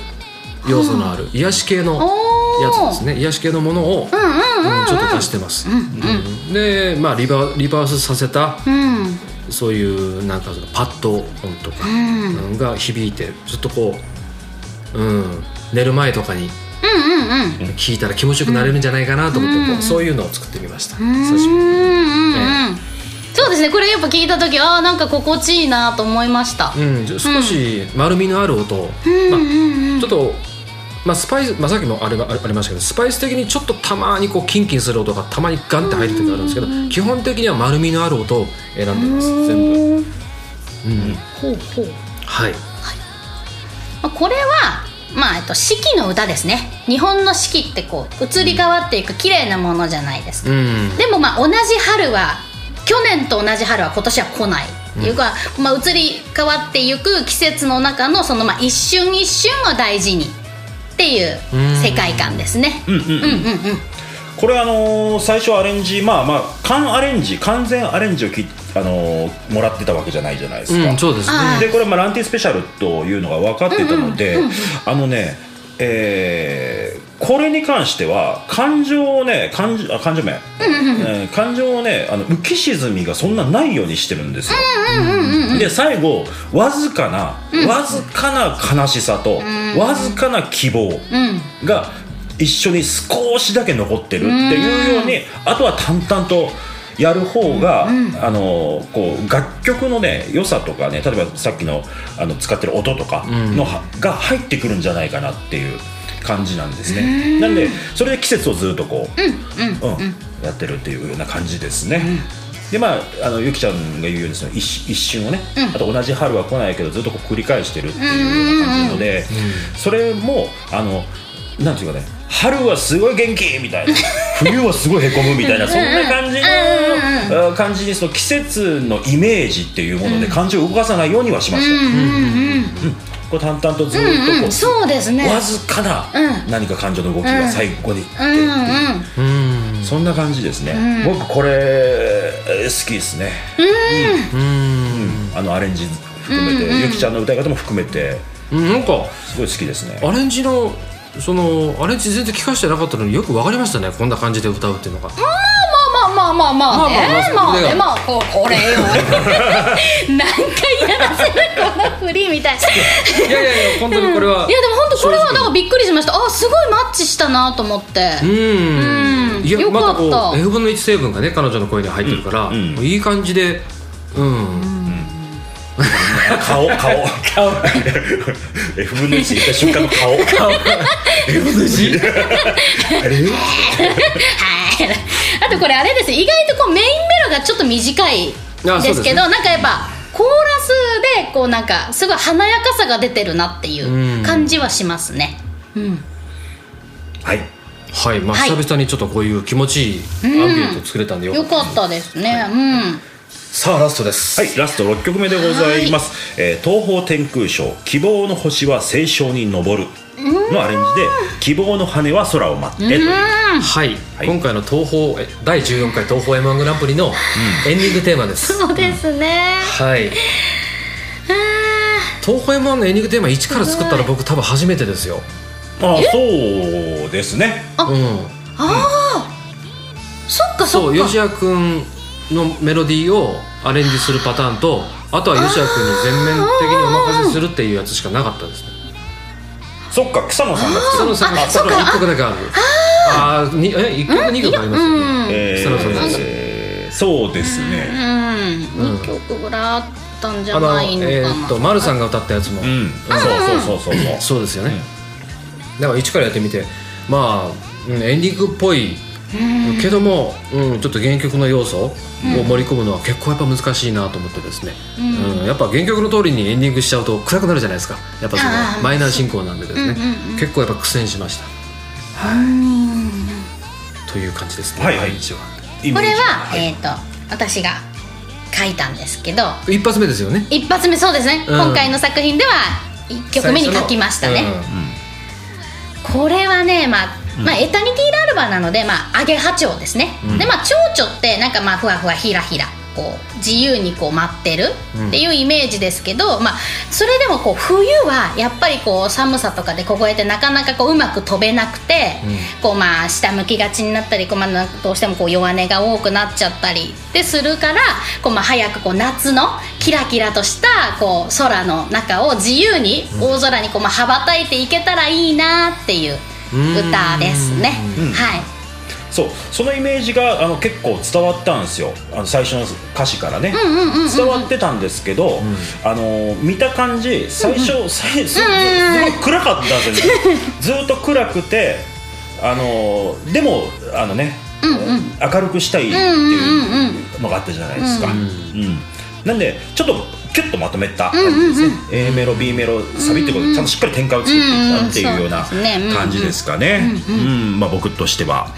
S1: 要素のある癒し系のやつですね癒し系のものを、うんちょっと足してます、うんで、まあ、リバリバースさせた
S3: うん
S1: そういうなんかそのパッド音とかうんが響いてちょっとこう、うん、寝る前とかに聴いたら気持ちよくなれるんじゃないかなと思って、こうそういうのを作ってみました久しぶりに
S3: うんうんうんそうですねこれやっぱ聞いた時ああなんか心地いいなと思いました、
S1: うん、じゃ少し丸みのある音、まあ、ちょっと、まあ、スパイス、まあ、さっきもあれがあありましたけどスパイス的にちょっとたまにこうキンキンする音がたまにガンって入る時があるんですけど、基本的には丸みのある音を選んでます全部、うん、
S3: ほうほう
S1: はい
S3: まあこれはまあ、えっと、四季の歌ですね日本の四季ってこう移り変わっていく綺麗なものじゃないですか、
S1: うん
S3: でもまあ同じ春は去年と同じ春は今年は来ないっていうか、まあ、移り変わっていく季節の中のそのまあ一瞬一瞬を大事にっていう世界観ですねうんうんうんうん
S2: これあのー最初アレンジまあまあ完アレンジ完全アレンジをき、あのーもらってたわけじゃないじゃないですか、
S1: うん、そうですね
S3: あ
S2: でこれ、まあ、ランティスペシャルというのが分かってたので、あのね、えーこれに関しては感情をね感情あ感情面、えー感情をねあの浮き沈みがそんなないようにしてるんですよ、で最後わずかな、わずかな悲しさと、わずかな希望が一緒に少しだけ残ってるっていうようにあとは淡々とやる方が、あのこう楽曲のね良さとかね例えばさっきのあの使ってる音とかのは、が入ってくるんじゃないかなっていう感じなんですね。なんでそれで季節をずっとこう、うんやってるっていうような感じですね。でまあ、あのゆきちゃんが言うようにその一一瞬をね、あと同じ春は来ないけどずっとこう繰り返してるっていうような感じなので、それもあのなんていうかね春はすごい元気みたい な冬はすごいへこむみたいなそんな感じのあ感じにその季節のイメージっていうもので感情を動かさないようにはしました。こう淡々とずっとこう、
S3: うんそうですね
S2: わずかな
S3: う
S2: 何か感情の動きが最後に出るっていううん
S3: うん
S1: うん
S2: そんな感じですね、僕これ好きですね、
S1: うん
S2: あのアレンジ含めて、ゆきちゃんの歌い方も含めて
S1: うんなんか
S2: すごい好きですね
S1: アレンジのそのアレンジ全然聞かしてなかったのによくわかりましたねこんな感じで歌うっていうの が
S3: まあまあまあまあねま
S1: まあまあまあ
S3: あ
S1: それ
S3: ね
S1: が
S3: まあここ れよ何回やらせるこの振りみたい
S1: いやいやいや本当にこれは、
S3: いやでも本当これはだからびっくりしましたあすごいマッチしたなと思って
S1: うん
S3: うん
S1: いや
S3: よかった
S1: またこう F 分の1成分がね彼女の声には入ってるから、
S2: ん
S1: いい感じでうん、
S2: 顔顔顔 F 分の1言った瞬間の顔顔 F 分の 1?
S3: はい あとこれあれです意外とこうメインメロがちょっと短い
S1: あ
S3: ですけど
S1: そ
S3: なんかやっぱコーラスでこうなんかすごい華やかさが出てるなっていう感じはしますねうん
S2: はい
S1: はいまあ、
S3: はい
S1: 久々にちょっとこういう気持ちいいアンビエントを作れたんでよか
S3: よ
S1: った
S3: かったですねうん
S1: さあラストです
S2: はいラスト6曲目でございます、えー東方天空賞「希望の星は青少に昇る」のアレンジで「希望の羽は空を舞って」という
S1: はい、
S2: はい
S1: 今回の東宝え第14回東宝 M1 グランプリのエンディングテーマです、
S3: そうですね
S1: はい東宝 M1 のエンディングテーマ1から作ったら僕多分初めてですよ
S2: あそうですね
S3: あ
S1: うん
S3: ああそっかそ
S1: そ
S3: っ
S1: う
S3: か
S1: 吉く君のメロディーをアレンジするパターンとあとは吉く君に全面的にお任せするっていうやつしかなかったですね
S2: そっか草野さんが作
S1: 草
S2: る
S1: 野さんが
S3: あそっか
S1: 1曲だけあるあーにえ1曲2曲ありますよね
S3: うん
S2: えー
S1: 草野さんが
S2: えーそうですね
S3: うん、
S1: うん
S3: 2曲ぐらいあったんじゃ
S1: あの
S3: ないの
S1: え
S3: か
S1: ーっと
S3: な。
S1: 丸さんが歌ったやつも、
S2: うんそうそうそうそうそう
S1: そうですよね、だから一からやってみてまあ、うん、エンディングっぽいけども、うん、ちょっと原曲の要素を盛り込むのは結構やっぱ難しいなと思ってですね、うんやっぱ原曲の通りにエンディングしちゃうと暗くなるじゃないですかやっぱそ
S3: あー
S1: のマイナー進行なんでですね、結構やっぱ苦戦しました、はい、という感じですね
S2: はいはい
S1: 一応
S2: イメ
S3: こ
S2: ージ
S3: れは、
S2: い
S3: えーっと私が書いたんですけど、
S1: 一発目ですよね
S3: 一発目そうですね。
S1: うん
S3: 今回の作品では1曲目に書きましたね。
S1: 最初の
S3: これはね、まあ、まあエタニティラルバなので、まあ、アゲハチョウですね、でまあ蝶々ってなんかまあふわふわひらひらこう自由にこう舞ってるっていうイメージですけど、まあ、それでもこう冬はやっぱりこう寒さとかで凍えてなかなかこううまく飛べなくて、こうまあ下向きがちになったりこうまあなんかどうしてもこう弱音が多くなっちゃったりでするからこうまあ早くこう夏のキラキラとしたこう空の中を自由に大空にこうまあ羽ばたいていけたらいいなっていう。歌ですね。はい。
S2: そうそのイメージがあの結構伝わったんですよあの最初の歌詞からね伝わってたんですけど、あの見た感じ最初、最すすすごい暗かったん ですよ、ずっと暗くてあのでもあのね、明るくしたいっていうのがあったじゃないですか、うんなんでちょっとキュッとまとめた感じですね、A メロ B メロサビってことでちゃんとしっかり展開を作っていったっていうような
S3: うんうんそうですねうんうん
S2: 感じですかね、うんまあ、僕としては。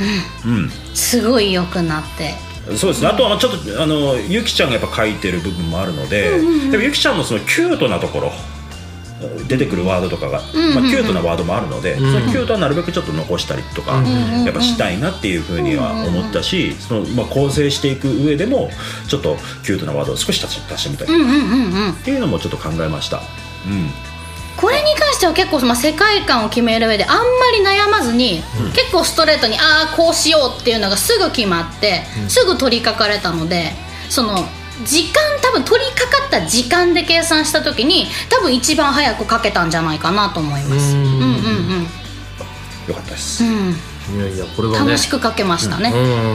S2: うん
S3: すごい良くなって。
S2: そうですね、あとはちょっとあのゆきちゃんがやっぱ書いてる部分もあるので、でもゆきちゃんのそのキュートなところ出てくるワードとかが、まあ、キュートなワードもあるので、そのキュートはなるべくちょっと残したりとか、やっぱしたいなっていうふうには思ったし、そのまあ、構成していく上でもちょっとキュートなワードを少し足し足してみたい
S3: うんうんうんうん。
S2: っていうのもちょっと考えました、うん、
S3: これに関しては結構、まあ、世界観を決める上であんまり悩まずに、結構ストレートにああこうしようっていうのがすぐ決まって、すぐ取りかかれたのでその時間多分取りかかった時間で計算した時に多分一番早くかけたんじゃないかなと思います。うんうんうん
S2: よかったです、
S1: いやいやこれはね
S3: 楽しく書けましたね、
S1: うんうん
S3: うん、うんう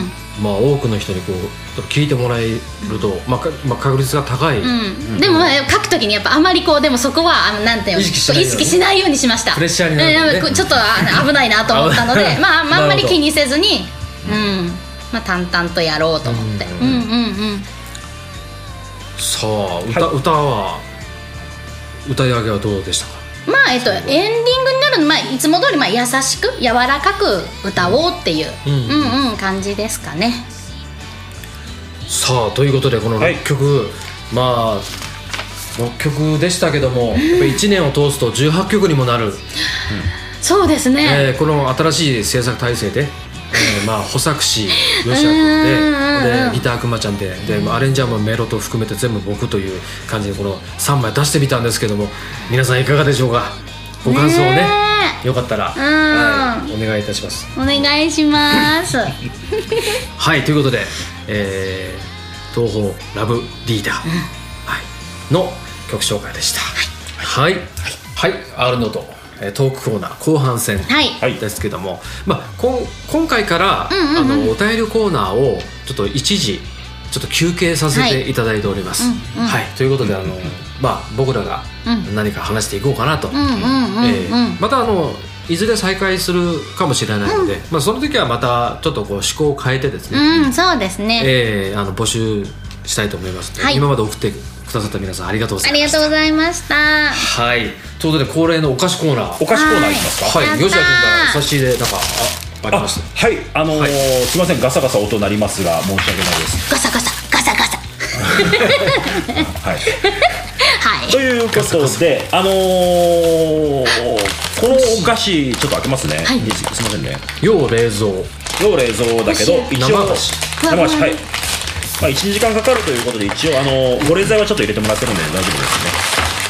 S3: ん
S1: まあ多くの人にこう聞いてもらえると、まあかまあ、確率が高い、
S3: うんでもまあ書くときにやっぱあまりこうでもそこはあのなんていうの
S1: 意識しないように
S3: 意識しないようにしました
S1: プレッシャーになる
S3: うん
S1: ね
S3: でもこうちょっとあ危ないなと思っ たので
S1: 危ない
S3: まあまああんま
S1: なる
S3: り
S1: ほど
S3: 気にせずにうんまあ淡々とやろうと思ってう
S1: うんん
S3: うんうん
S1: さあ歌,、
S2: は
S1: 歌は歌い上げはどうでしたか
S3: まあえっとエンディングになるのまあいつも通りまあ優しく柔らかく歌おうっていう
S1: う
S3: うん
S1: ん
S3: うん、感じですかね
S1: さあということでこの
S2: はい
S1: 6曲、まあ6曲でしたけども、やっぱ1年を通すと18曲にもなる、
S3: そうですね、
S1: えーこの新しい制作体制で、 えーまあ、補作詞吉田君
S3: うんうんう
S1: で
S3: ん
S1: でギターくまちゃんででまあアレンジャーもメロと含めて全部僕という感じでこの3枚出してみたんですけども皆さんいかがでしょうかご感想をね
S3: ね
S1: よかったら、はいお願いいたします。
S3: お願いします
S1: はいということで、えー東宝ラブリーダー、はい、の曲紹介でしたはいはい、はい、R ノートえートークコーナー後半戦
S3: はい
S2: はい
S1: ですけども、まあ、こん今回から、
S3: うんうんうん
S1: あのお便りコーナーをちょっと一時ちょっと休憩させていただいております。
S3: はい
S1: は
S3: うんうん
S1: いということであの、まあ、僕らが
S3: うん
S1: 何か話していこうかなと、
S3: うんうんうんうん、
S1: えーまたあのいずれ再開するかもしれないので、まあ、その時はまたちょっとこう趣向を変えてですね、
S3: うん、そうですね。
S1: えーあの募集したいと思いますので、
S3: はい
S1: 今まで送ってくださった皆さんありがとうござ
S3: あ
S1: いま
S3: りが
S1: した
S3: とうございました。
S1: はいということで恒例のお菓子コーナー
S2: お菓子コーナーいきますか
S1: はい
S3: やったー
S1: 吉田君が差し入れなんかああり
S2: あ
S1: ました
S2: はいあのー
S1: はい
S2: すいませんガサガサ音鳴りますが申し訳ないです
S3: ガサガサ、ガサガサ。
S2: はい
S3: はい。
S2: ということで、あのー、このお菓子、ちょっと開けますね。
S3: はい
S2: いですすみませんね。
S1: 要冷蔵
S2: 要冷蔵だけど、
S3: 美
S2: 一
S1: 味しい
S2: 応、
S1: 生菓子
S2: 生菓子
S3: ふわふわ
S2: はい。まあ、1時間かかるということで、一応、あのー、保冷剤はちょっと入れてもらってるんで、大丈夫ですね。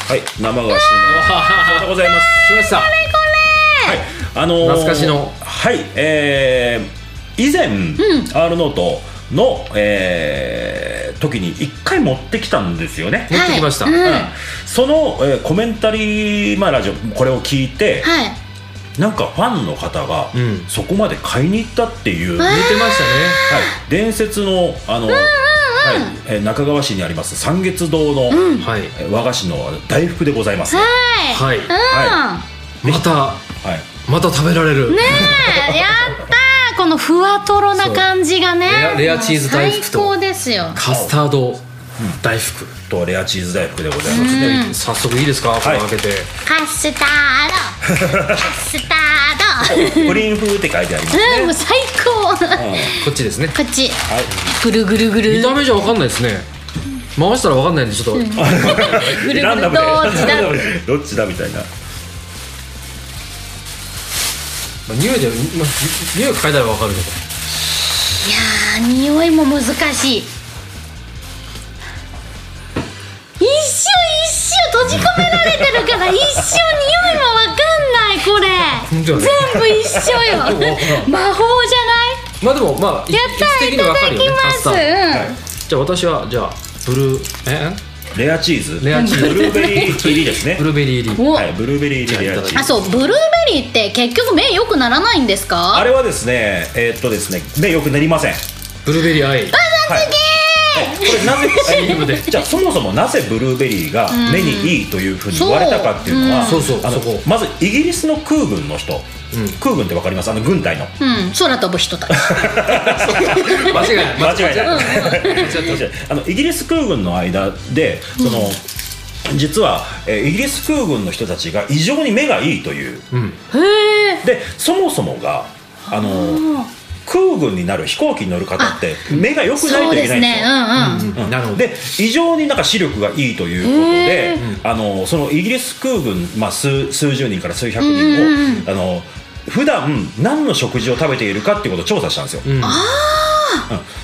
S2: はい、生菓子ありがとうございます。
S1: 来ました
S2: はい、あのー
S1: 懐かしの
S2: はい、えー以前、R ノートの、えー時に一回持ってきたんですよね。
S1: 持ってきました
S3: はいうん
S2: うんその、えーコメンタリー、まあ、ラジオこれを聞いて、
S3: はい。
S2: なんかファンの方が、
S1: うん
S2: そこまで買いに行ったっていう、
S3: わ
S2: はい、
S1: 言ってましたね
S2: 伝説のあの、はいえー中川市にあります三月堂の、
S1: はい
S2: えー和菓子の大福でございます、
S3: は。
S1: はい、
S2: はいい
S1: また
S2: はい、
S1: また食べられる、
S3: うん。ねえ、やったー。このふわとろな感じがね。
S1: そうレアレアチーズ大福と
S3: もう最高ですよ。
S1: カスタード大福、
S2: とレアチーズ大福でございますね、
S1: 早速いいですか、これ開けて
S3: カスタード。 カスター
S2: プリン風って書いてあります、
S3: ド。うん、もう最高。
S2: うん
S3: こ
S1: こっちですね
S3: っち。
S2: はい
S3: ぐるぐるぐる。
S1: 見た目じゃ分かんないですね回したら分かんないんでちょっと
S3: ぐるぐる
S2: ランダムで
S3: どっちだ
S2: ランダムで どっちだみたいな
S1: まあ匂いで、まあ、匂い嗅いだら分かるけど
S3: いやー匂いも難しい一生一生閉じ込められてるから一生匂いもわかんないこれ
S1: 本当
S3: 全
S1: だね
S3: 部一 緒よ魔法じゃない
S1: まあでもまあ一
S3: やった
S1: 一的
S3: ーい
S1: に
S3: た
S1: 分か
S3: だ
S1: るよね
S3: きま
S1: カス
S3: す、
S1: タード
S3: うん
S1: じゃあ私はじゃあブルーえ
S2: レアチーズ
S1: レアチーズ
S2: ブルーベリー入りですね
S1: ブルーベリー入り
S3: お、
S2: はいブルーベリー入りレアチー
S3: あ
S2: ズ
S3: そうブルーベリーって結局目良くならないんですか
S2: あれはですねえーっとですね目よく練りませんは
S1: ブルーベリー アイ
S2: いはいこれなぜ
S1: CM で
S2: じゃあそもそもなぜブルーベリーが目にいいというふうに言われたかっていうのは
S1: そううんそうそう
S2: あの
S1: そこ
S2: まずイギリスの空軍の人空軍ってわかりますあの軍隊の
S3: うん空飛ぶ 人たち
S1: 間違いない
S2: 間違いない
S1: 間違った
S2: 違うあのイギリス空軍の間でその、実は、えーイギリス空軍の人たちが異常に目がいいという、でそもそもがあの空軍になる飛行機に乗る方って目が良くない
S3: そう
S2: とい
S3: で
S2: けな
S3: す
S2: いんで
S3: ね
S2: す
S3: う
S2: よ。
S3: んうん、
S1: うんなるほど
S2: で異常になんか視力がいいということで、あのそのイギリス空軍、まあ、数数十人から数百人を、あの普段何の食事を食べているかっていうことを調査したんですよ。
S1: ん
S2: うん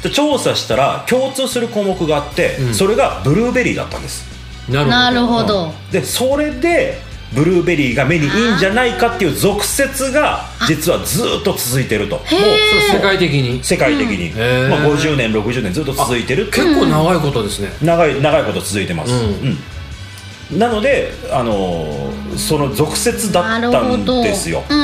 S2: で調査したら共通する項目があって、
S1: ん
S2: それがブルーベリーだったんです。
S3: なるほど、
S2: でそれでブルーベリーが目にいいんじゃないかっていう俗説が実はずっと続いてるともう
S1: もうそれ世界的に
S2: 世界的に、
S1: へー
S2: まあ、50年60年ずっと続いてるっていう
S1: 結構長いことですね
S2: 長い長いこと続いてます、
S1: うん
S2: うんなので、あのその俗説だ
S3: な
S2: っ
S3: る
S2: た
S3: ほ
S2: ん
S3: ど、うん、で
S2: ですよ
S3: も。科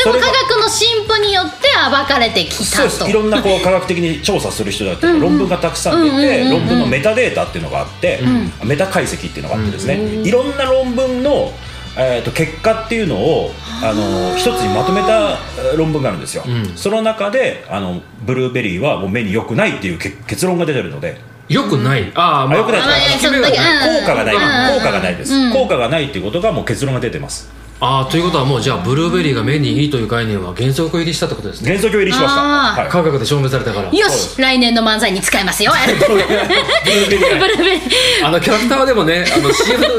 S2: それが
S3: 学の進歩によって暴かれてき
S2: そう
S3: た
S2: です
S3: と
S2: いろんなこう科学的に調査する人だったり論文がたくさん出
S3: うんうんうんう
S2: て
S3: ん
S2: 論文のメタデータっていうのがあってメタ解析っていうのがあってですねいろんな論文のえーと結果っていうのをあの一つにまとめたえー論文があるんですよ
S1: ん
S2: その中であのブルーベリーはもう目に良くないっていう結結論が出てるので
S1: よくないあー、まあ
S2: あよくない
S3: あまあいや
S1: 効き目が
S3: その時
S1: ない
S3: うん
S2: 効果がない
S3: うん
S2: 効果がないです
S3: うん
S2: 効果がないっていうことがもう結論が出てます
S1: あーということはもうじゃあブルーベリーが目にいいという概念は原則入りしたってことですね
S2: 原則入りしました
S3: あー
S2: はい
S1: 科学で証明されたから
S3: よ
S2: そうで
S3: し来年の漫才に使えますよブ
S2: ブルーベリー
S3: ルーベリー
S1: あのキャラクターでもねあの CM のあ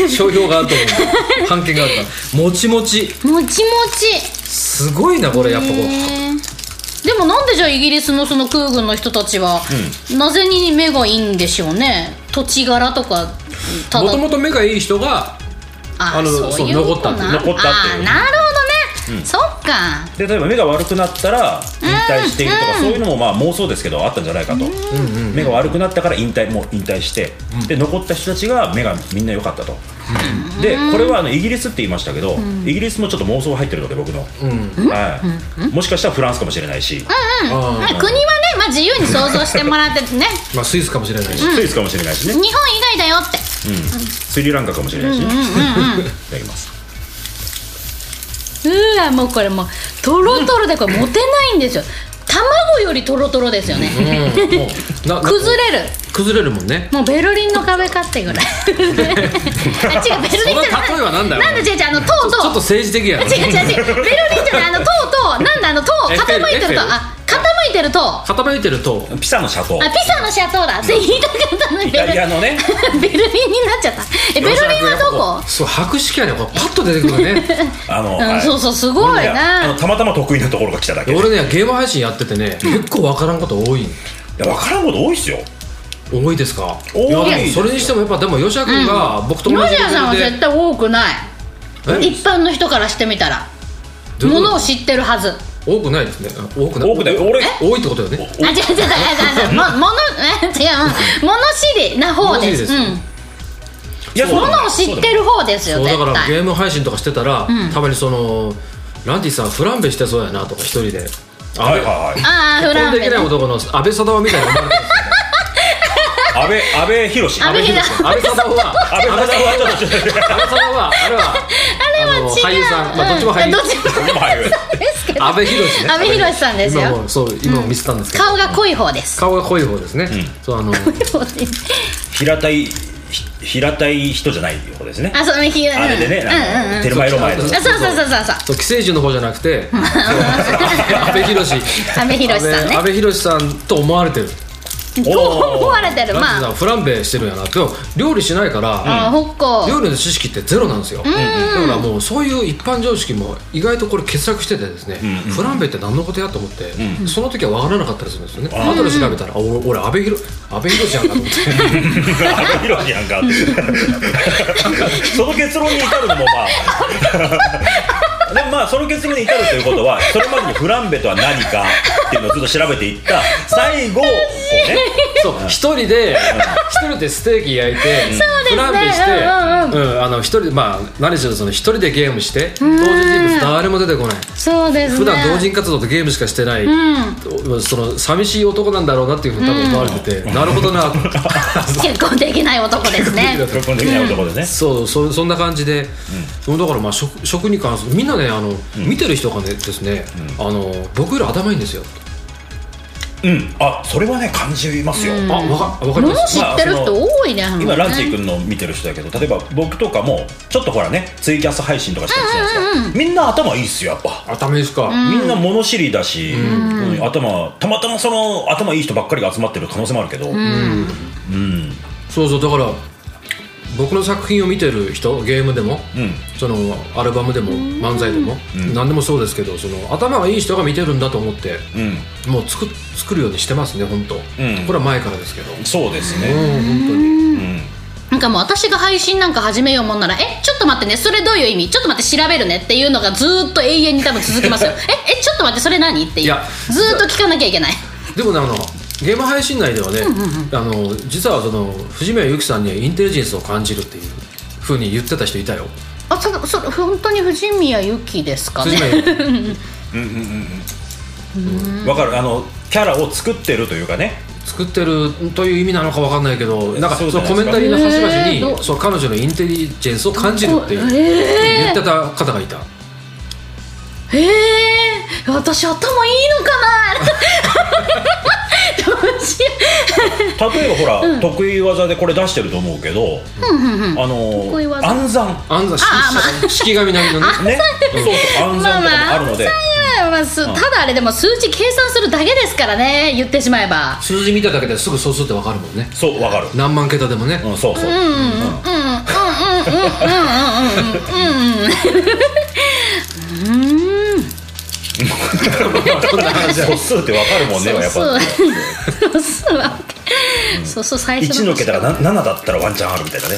S1: れ商標があると思うんだ版権があったもちもち
S3: もちもち
S1: すごいなこれやっぱこう
S3: へーでもなんでじゃあイギリスのその空軍の人たちは、なぜに目がいいんでしょうね土地柄とかただ
S1: もともと目がいい人が
S3: あ
S1: あの
S3: そういう
S1: そう
S3: こ
S1: 残った
S3: と
S1: って
S3: な
S2: 残ったっていう
S3: あーなるほどね、そっか
S2: で例えば目が悪くなったら引退しているとか、そういうのもまあ妄想ですけどあったんじゃないかと、目が悪くなったから引退もう引退して、で残った人たちが目がみんな良かったと、でこれはあのイギリスって言いましたけど、イギリスもちょっと妄想入ってるので僕の、はいもしかしたらフランスかもしれないし、
S1: あ
S3: まあ
S1: ー
S3: 国はね、まあ、自由に想像してもらってね
S1: まあスイスかもしれないし
S2: スイスかもしれないしね、
S3: 日本以外だよって
S2: うんスリランカかもしれないしね、いただきます
S3: うわもうこれもうトロトロでこれ持てないんですよ卵よりトロトロですよね
S1: うんもうなな
S3: 崩れる
S1: 崩れるもんね
S3: もうベルリンの壁かって ぐらいあ違うベルリンじゃない
S1: その例えはなんだよ
S3: なんだ違う違うあの塔
S1: ちょっと
S3: と
S1: 政治的やな
S3: 違う違う違うベルリンじゃないあの塔となんだあの塔
S1: エッフェル
S3: 傾い
S1: エ
S3: て
S1: ッフェ
S3: る
S1: ル
S3: 塔あ傾いてる塔あ
S1: 傾いてると
S2: ピサの斜塔
S3: ピサの斜塔だって言いたかったのに
S2: イ
S3: ベ
S2: タ
S3: ルリ
S2: リ
S3: ン
S2: アのね
S3: ベルリンになっちゃったえベルリンはどこ
S1: そう白色やねこれパッと出てくるね
S2: あの、
S3: う
S2: は
S3: ん
S2: い
S3: そうそうすごい
S2: いやあの
S3: な
S2: たまたま得意なところが来ただけい
S1: 俺ねゲーム配信やっててね結構わからんこと多い
S2: や分からんこと多いっすよ
S1: 多いですか
S2: 多い
S1: やでもそれにしてもやっぱでも吉田君が僕と同
S3: ロ
S1: じ
S3: ジ
S1: レ
S3: ャーさんは
S1: ベ
S3: 絶
S1: ルで
S3: 対多くない
S1: え
S3: 一般の人からしてみたら
S1: どういう
S3: も
S1: こと
S3: のを知ってるはず
S1: 多くないですねあ多くない
S2: 多くない俺
S1: 多いってことよね
S3: あ、違う違う違う違う違う、も、もの、え、違う、もの知りな方
S1: 物
S3: で
S1: 知り
S3: す。
S1: です
S3: う
S1: よ
S3: ん、
S2: いやそうだ
S3: も
S2: ね
S3: のを知ってる方です
S1: そ
S3: よ、
S1: うだか
S3: 絶
S1: ら
S3: 対。
S1: ゲーム配信とかしてたら、たまにそのランディさんフランベしてそうやなとか一人であ
S2: は
S1: れ
S2: いはいはい
S3: ああ、フラン
S1: でき
S3: ベ
S1: な
S3: ね。
S1: い男の安倍貞夫みたいな思われてるんですよ
S2: 安倍安倍博士
S3: 安倍博士
S1: 安倍 貞夫は
S2: 安倍博士はちょっ
S1: 安倍
S2: と
S1: 貞夫はあれは
S3: あれは違う
S1: の俳優さん、まあ、どっちも俳優
S3: うんどっちも
S2: でも早い
S3: ですけど。
S1: 安倍博士ね
S3: 安倍博士さんですよ
S1: 今もうそう今も見せたんですけど、
S3: 顔が濃い方です。
S1: 顔が濃い方ですね、そうあの
S2: 平たいひ平たい人じゃない方ですね
S3: あ、その日、うん、
S2: あれでね
S3: うん、うん、
S2: あ
S3: う
S2: の
S3: ん。
S2: テルマエロマエの
S3: あ、そうそうそうそうそう。
S1: そう寄生獣の方じゃなく て安倍博士
S3: 安倍博士さんね
S1: 安倍博士さんと思われてる
S3: どう思われ
S1: ラン
S3: てる、
S1: ディ
S3: ま
S1: さ
S3: あ。
S1: んフランベしてるんやなでも料理しないから、
S3: あ、ほっこ。
S1: 料理の知識ってゼロなんですよ、だからもうそういう一般常識も意外とこれ傑作しててですね、フランベって何のことやと思って、その時は分からなかったりするんですよね、後で調べたらあ俺俺安倍博安倍博士やんかと思って
S2: 安倍博士やんかその結論に至るのもまあ でもまあその結論に至るということはそれまでにフランベとは何かっていうのをずっと調べていった最後こう ね
S1: そう一人で一人でステーキ焼いてフランベして
S3: う
S1: うんあの一人でまあ何しろその一人でゲームして同時人物誰も出てこない
S3: そうですね。
S1: 普段同人活動とゲームしかしてない、その寂しい男なんだろうなっていうふうに多分思われてて、なるほどな
S3: 結婚できない男で すね。
S2: 結婚できない男でね
S1: そうそそんな感じで、だからまあ食食に関するみんなねあの、見てる人がねですね、あの僕より頭いいんですよ、
S2: うんあそれはね感じますよ
S1: あわかわかり
S3: 物
S1: ま
S3: を
S1: す
S3: 知ってる人多いね。
S2: 今ランチー君の見てる人だけど例えば僕とかもちょっとほらねツイキャス配信とかしたりするじゃないですかみんな頭いいっすよやっぱ
S1: 頭いいですか、
S2: みんな物知りだし、うん頭たまたまその頭いい人ばっかりが集まってる可能性もあるけど、
S1: そうそうだから僕の作品を見てる人ゲームでも、
S2: ん
S1: そのアルバムでも漫才でも、何でもそうですけどその頭がいい人が見てるんだと思って、もう作作るようにしてますね本当、
S2: ん
S1: これは前からですけど、
S2: そうですね、
S1: うん本当に
S3: なんかもう私が配信なんか始めようもんなら、え、ちょっと待ってね、それどういう意味ちょっと待って調べるねっていうのがずーっと永遠に多分続き ますよ。え、え、ちょっと待って、それ何っていう。
S1: いや
S3: ずーっと聞かなきゃいけない。
S1: でもねあのゲーム配信内ではね、あの実はその藤宮由紀さんにはインテリジェンスを感じるっていうふうに言ってた人いたよ
S3: あそそれ本当に藤宮由紀ですかね
S1: 辻村
S2: わかるあのキャラを作ってるというかね
S1: 作ってるという意味なのかわかんないけどなんか
S2: そ
S1: そうの
S2: じゃない
S1: コメンタリーの端々に、
S3: えーど
S1: そう彼女のインテリジェンスを感じるっていう、言ってた方がいた
S3: へえ私頭いいの かなどうしよ
S2: 例えばほら、得意技でこれ出してると思うけど、あ
S3: 得意
S2: の
S3: 技
S2: 暗算
S1: あんざし式神並みのね
S2: ね そうそう暗算とかもあるので、
S3: うまあすただあれでも数字計算するだけですからね言ってしまえば
S1: 数字見ただけですぐ素数ってわかるもんね
S2: そうわかる、
S1: 何万桁でもね、
S2: うん、そうそう、
S3: うんうんうんうんうんうんうんうん
S2: こんな感じ素数ってわかるもんねやっぱ
S3: そうそうわけそうそう最初
S2: 1の桁がな7だったらワンチャンあるみたいな ね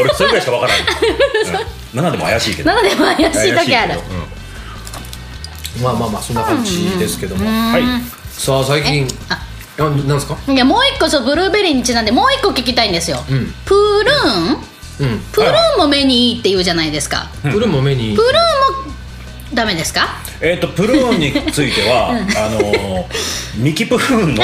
S2: 俺それぐらいしかわからない、うん、7でも怪しいけど
S3: 7でも怪しいだけある
S2: 怪しいけどうん
S1: まあまあまあそんな感じですけども、
S2: はい
S1: さあ最近あなんですか
S3: いやもう一個そうブルーベリーにちなんでもう一個聞きたいんですよ、
S1: ん
S3: プルーン
S1: うん
S3: プルーンも目にいいって言うじゃないですか
S1: プルーンも目に
S3: プルーンもダメですか
S2: えっ、とプルーンについて はあのーミキプルーンの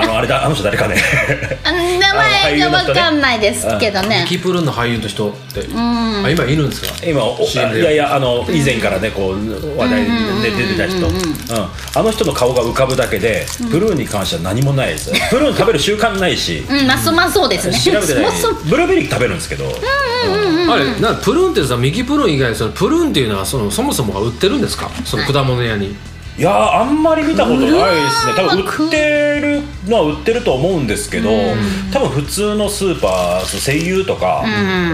S2: あのあれだあの人誰かね
S3: あの名
S2: あの俳
S3: 前
S2: 優
S3: が
S2: の人ね
S3: わかんないですけどね
S1: キープルーンの俳優の人ってあ今いるんですか
S2: 今お
S1: CM で
S2: いやいやあの以前からねこう話題で出てた人、うんあの人の顔が浮かぶだけでプルーンに関しては何もないですプルーン食べる習慣ないし
S3: うんまあそまあそうですね
S2: 調べてない
S3: そもそも
S2: ブルーベリー食べるんですけど、
S1: あれなプルーンってさ右プルーン以外にそのプルーンっていうのはそのそもそもが売ってるんですかその果物屋に、
S2: いやーあんまり見たことないですね
S3: うわ
S2: 多
S3: ー
S2: 分売ってるのは売ってると思うんですけど、多分普通のスーパーそう西友とか、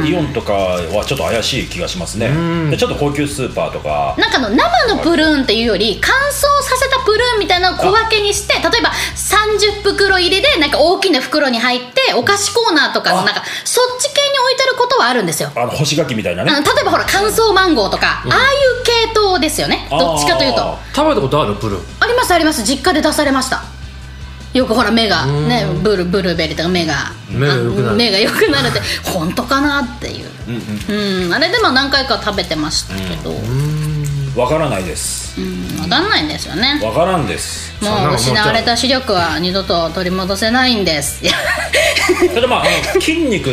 S2: イオンとかはちょっと怪しい気がしますね、でちょっと高級スーパーとか
S3: なんかの生のプルーンっていうより乾燥させたプルーンみたいなのを小分けにして例えば30袋入りでなんか大きな袋に入ってお菓子コーナーとかのなんかそっち系に置いてることはあるんですよ
S2: あの干し柿みたいなね
S3: あの例えばほら乾燥マンゴーとか、ああいう系統ですよね
S2: あー
S3: どっちかというとあ
S2: あ
S1: 食べたことあるプルーン
S3: りますあります実家で出されましたよくほら目がねブルブルーベリーとか目が
S1: 目が良くなる
S3: あ目が良くなるって本当かなっていううん、あれでも何回か食べてましたけど、うん
S2: わからないです
S3: 分かんないんですよね
S2: わからんです
S1: そんな
S3: も
S1: の
S3: う
S1: もう
S3: 失われた視力は二度と取り戻せないんですいや
S2: ただまああの筋肉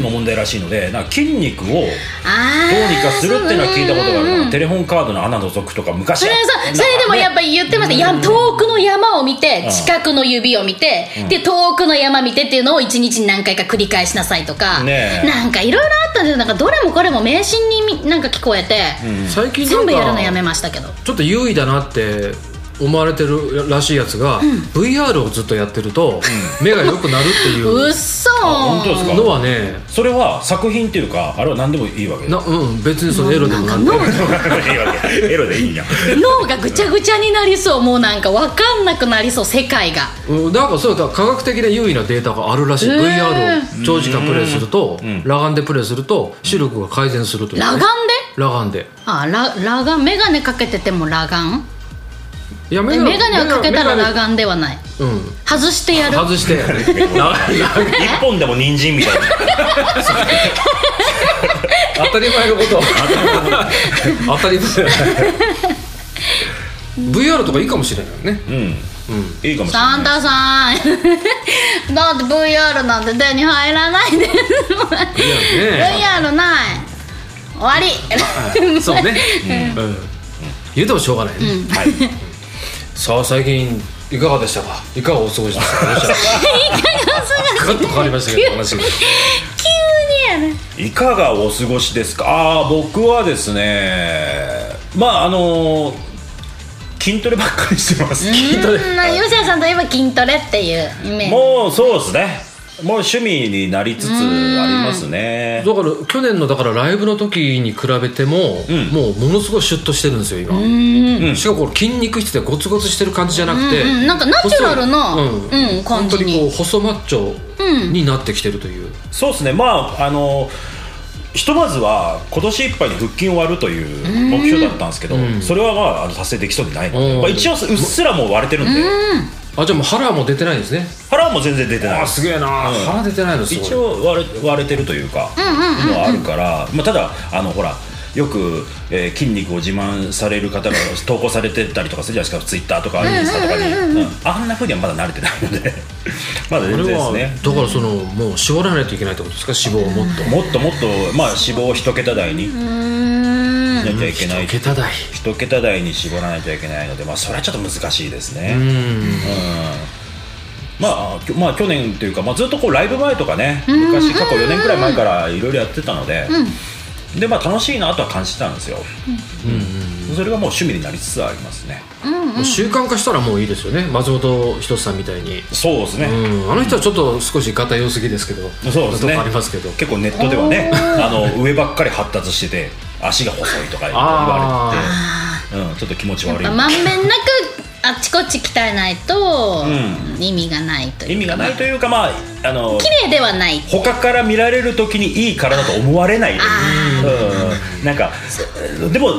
S2: の問題らしいのでなんか筋肉をどうに
S3: あー
S2: かするっていうのは聞いたことがある
S3: そううんうん
S2: なテレホンカードの穴覗くとか昔
S3: それそうそれでもやっぱり言ってました、や遠くの山を見て近くの指を見て、で遠くの山見てっていうのを一日に何回か繰り返しなさいとか、
S2: ねえ
S3: なんかいろいろあったんですよなんかどれもこれも迷信にみなんか聞こえて、
S1: 最近な
S3: 全
S1: ん
S3: 部やるの
S1: か
S3: やめましたけど
S1: ちょっと優位だなって思われてるらしいやつが、VR をずっとやってると、目が良くなるっていう
S3: うっ
S1: う
S3: そー
S2: 本当ですか
S1: のはね
S2: それは作品っていうかあれは何でもいいわけです
S1: なうん別にそのエロでもなんで
S3: 脳
S1: も
S2: いいわけ エロでいいんや
S3: 脳がぐちゃぐちゃになりそうもうなんか分かんなくなりそう世界が
S1: うんなんかそうだ科学的な優位なデータがあるらしい、
S3: へー
S1: VR を長時間プレイすると、裸眼でプレイすると視力が改善するという、
S3: 裸眼で
S1: 裸眼で
S3: あら裸眼眼鏡かけてても裸眼
S1: いや
S3: え
S1: 眼
S3: 眼鏡はかけたら裸眼ではない
S1: 眼うん
S3: 外してやる
S1: 外して
S2: 一本でも人参みたいな
S1: 当たり前のこと当た り前 VR とかいいかもしれないよね
S2: うん、うん、いいかもしれ
S3: サン
S2: ない
S3: タさんだって VR なんて手に入らないです
S1: いやね
S3: VR ない終わ り
S1: そうね、うん言うてもしょうがない、ねはい、さあ最近いかがでしたかいかがお過ごしですか ガラッと変わりましたけど話が
S3: 急にやね
S2: いかがお過ごしですかああ僕はですねまああの筋トレばっかりしてます筋トレ
S3: うんまあ吉田さんといえば筋トレっていうイメージ
S2: もうそうですねもう趣味になりつつありますね
S1: だから去年のだからライブの時に比べても、
S2: ん
S1: もうものすごいシュッとしてるんですよ今、
S2: うん
S1: しかもこれ筋肉質でゴツゴツしてる感じじゃなくて、
S3: うんうんなんかナチュラルな
S1: 細い
S3: うん感じ
S1: 本当に
S3: に
S1: こう細マッチョになってきてるという、
S2: そうですねまああのひとまずは今年いっぱいに腹筋を割るという目標だったんですけど、それはまああの達成できそうにないので、
S1: うん
S2: まあ、一応うっすらもう割れてるんで、
S1: あじゃあもう腹はもう出てないんですね
S2: 腹はもう全然出てない
S1: すげえな、腹出てないのすごい
S2: 一応割れ割れてるというか、のはあるから、まあ、ただあのほらよく、えー筋肉を自慢される 方が投稿されてたりとかするじゃないですかツイッターとかインスタとかに、うんあんなふうにはまだ慣れてないので まだ全
S1: これ
S2: 然で
S1: は
S2: すね
S1: だからそのもう絞らないといけないってことですか脂肪をもっと
S2: もっともっと、まあ、脂肪を一桁台にし
S3: うーん
S2: なきゃいけない、
S1: 一桁台
S2: 一桁台に絞らないといけないので、まあ、それはちょっと難しいですね、
S1: うん、
S2: まあ、きょまあ去年というか、まあ、ずっとこうライブ前とかね昔過去4年くらい前からいろいろやってたので、でまあ、楽しいなとは感じてたんですよ、それがもう趣味になりつつありますね
S1: もう習慣化したらもういいですよね松本人志さんみたいに、
S2: そうですね、
S1: うん、あの人はちょっと少し硬いすぎですけど
S2: そうですね
S1: とこありますけど
S2: 結構ネットではねあの上ばっかり発達してて足が細いとか言われて、うん、ちょっと気持ち悪い
S3: まんべんなくあっちこっち鍛えないと
S2: う
S3: 意味がないというか
S2: 意味がないというかまああの
S3: 綺麗ではない
S2: 他から見られる時にいい体と思われない、うん、なんかでも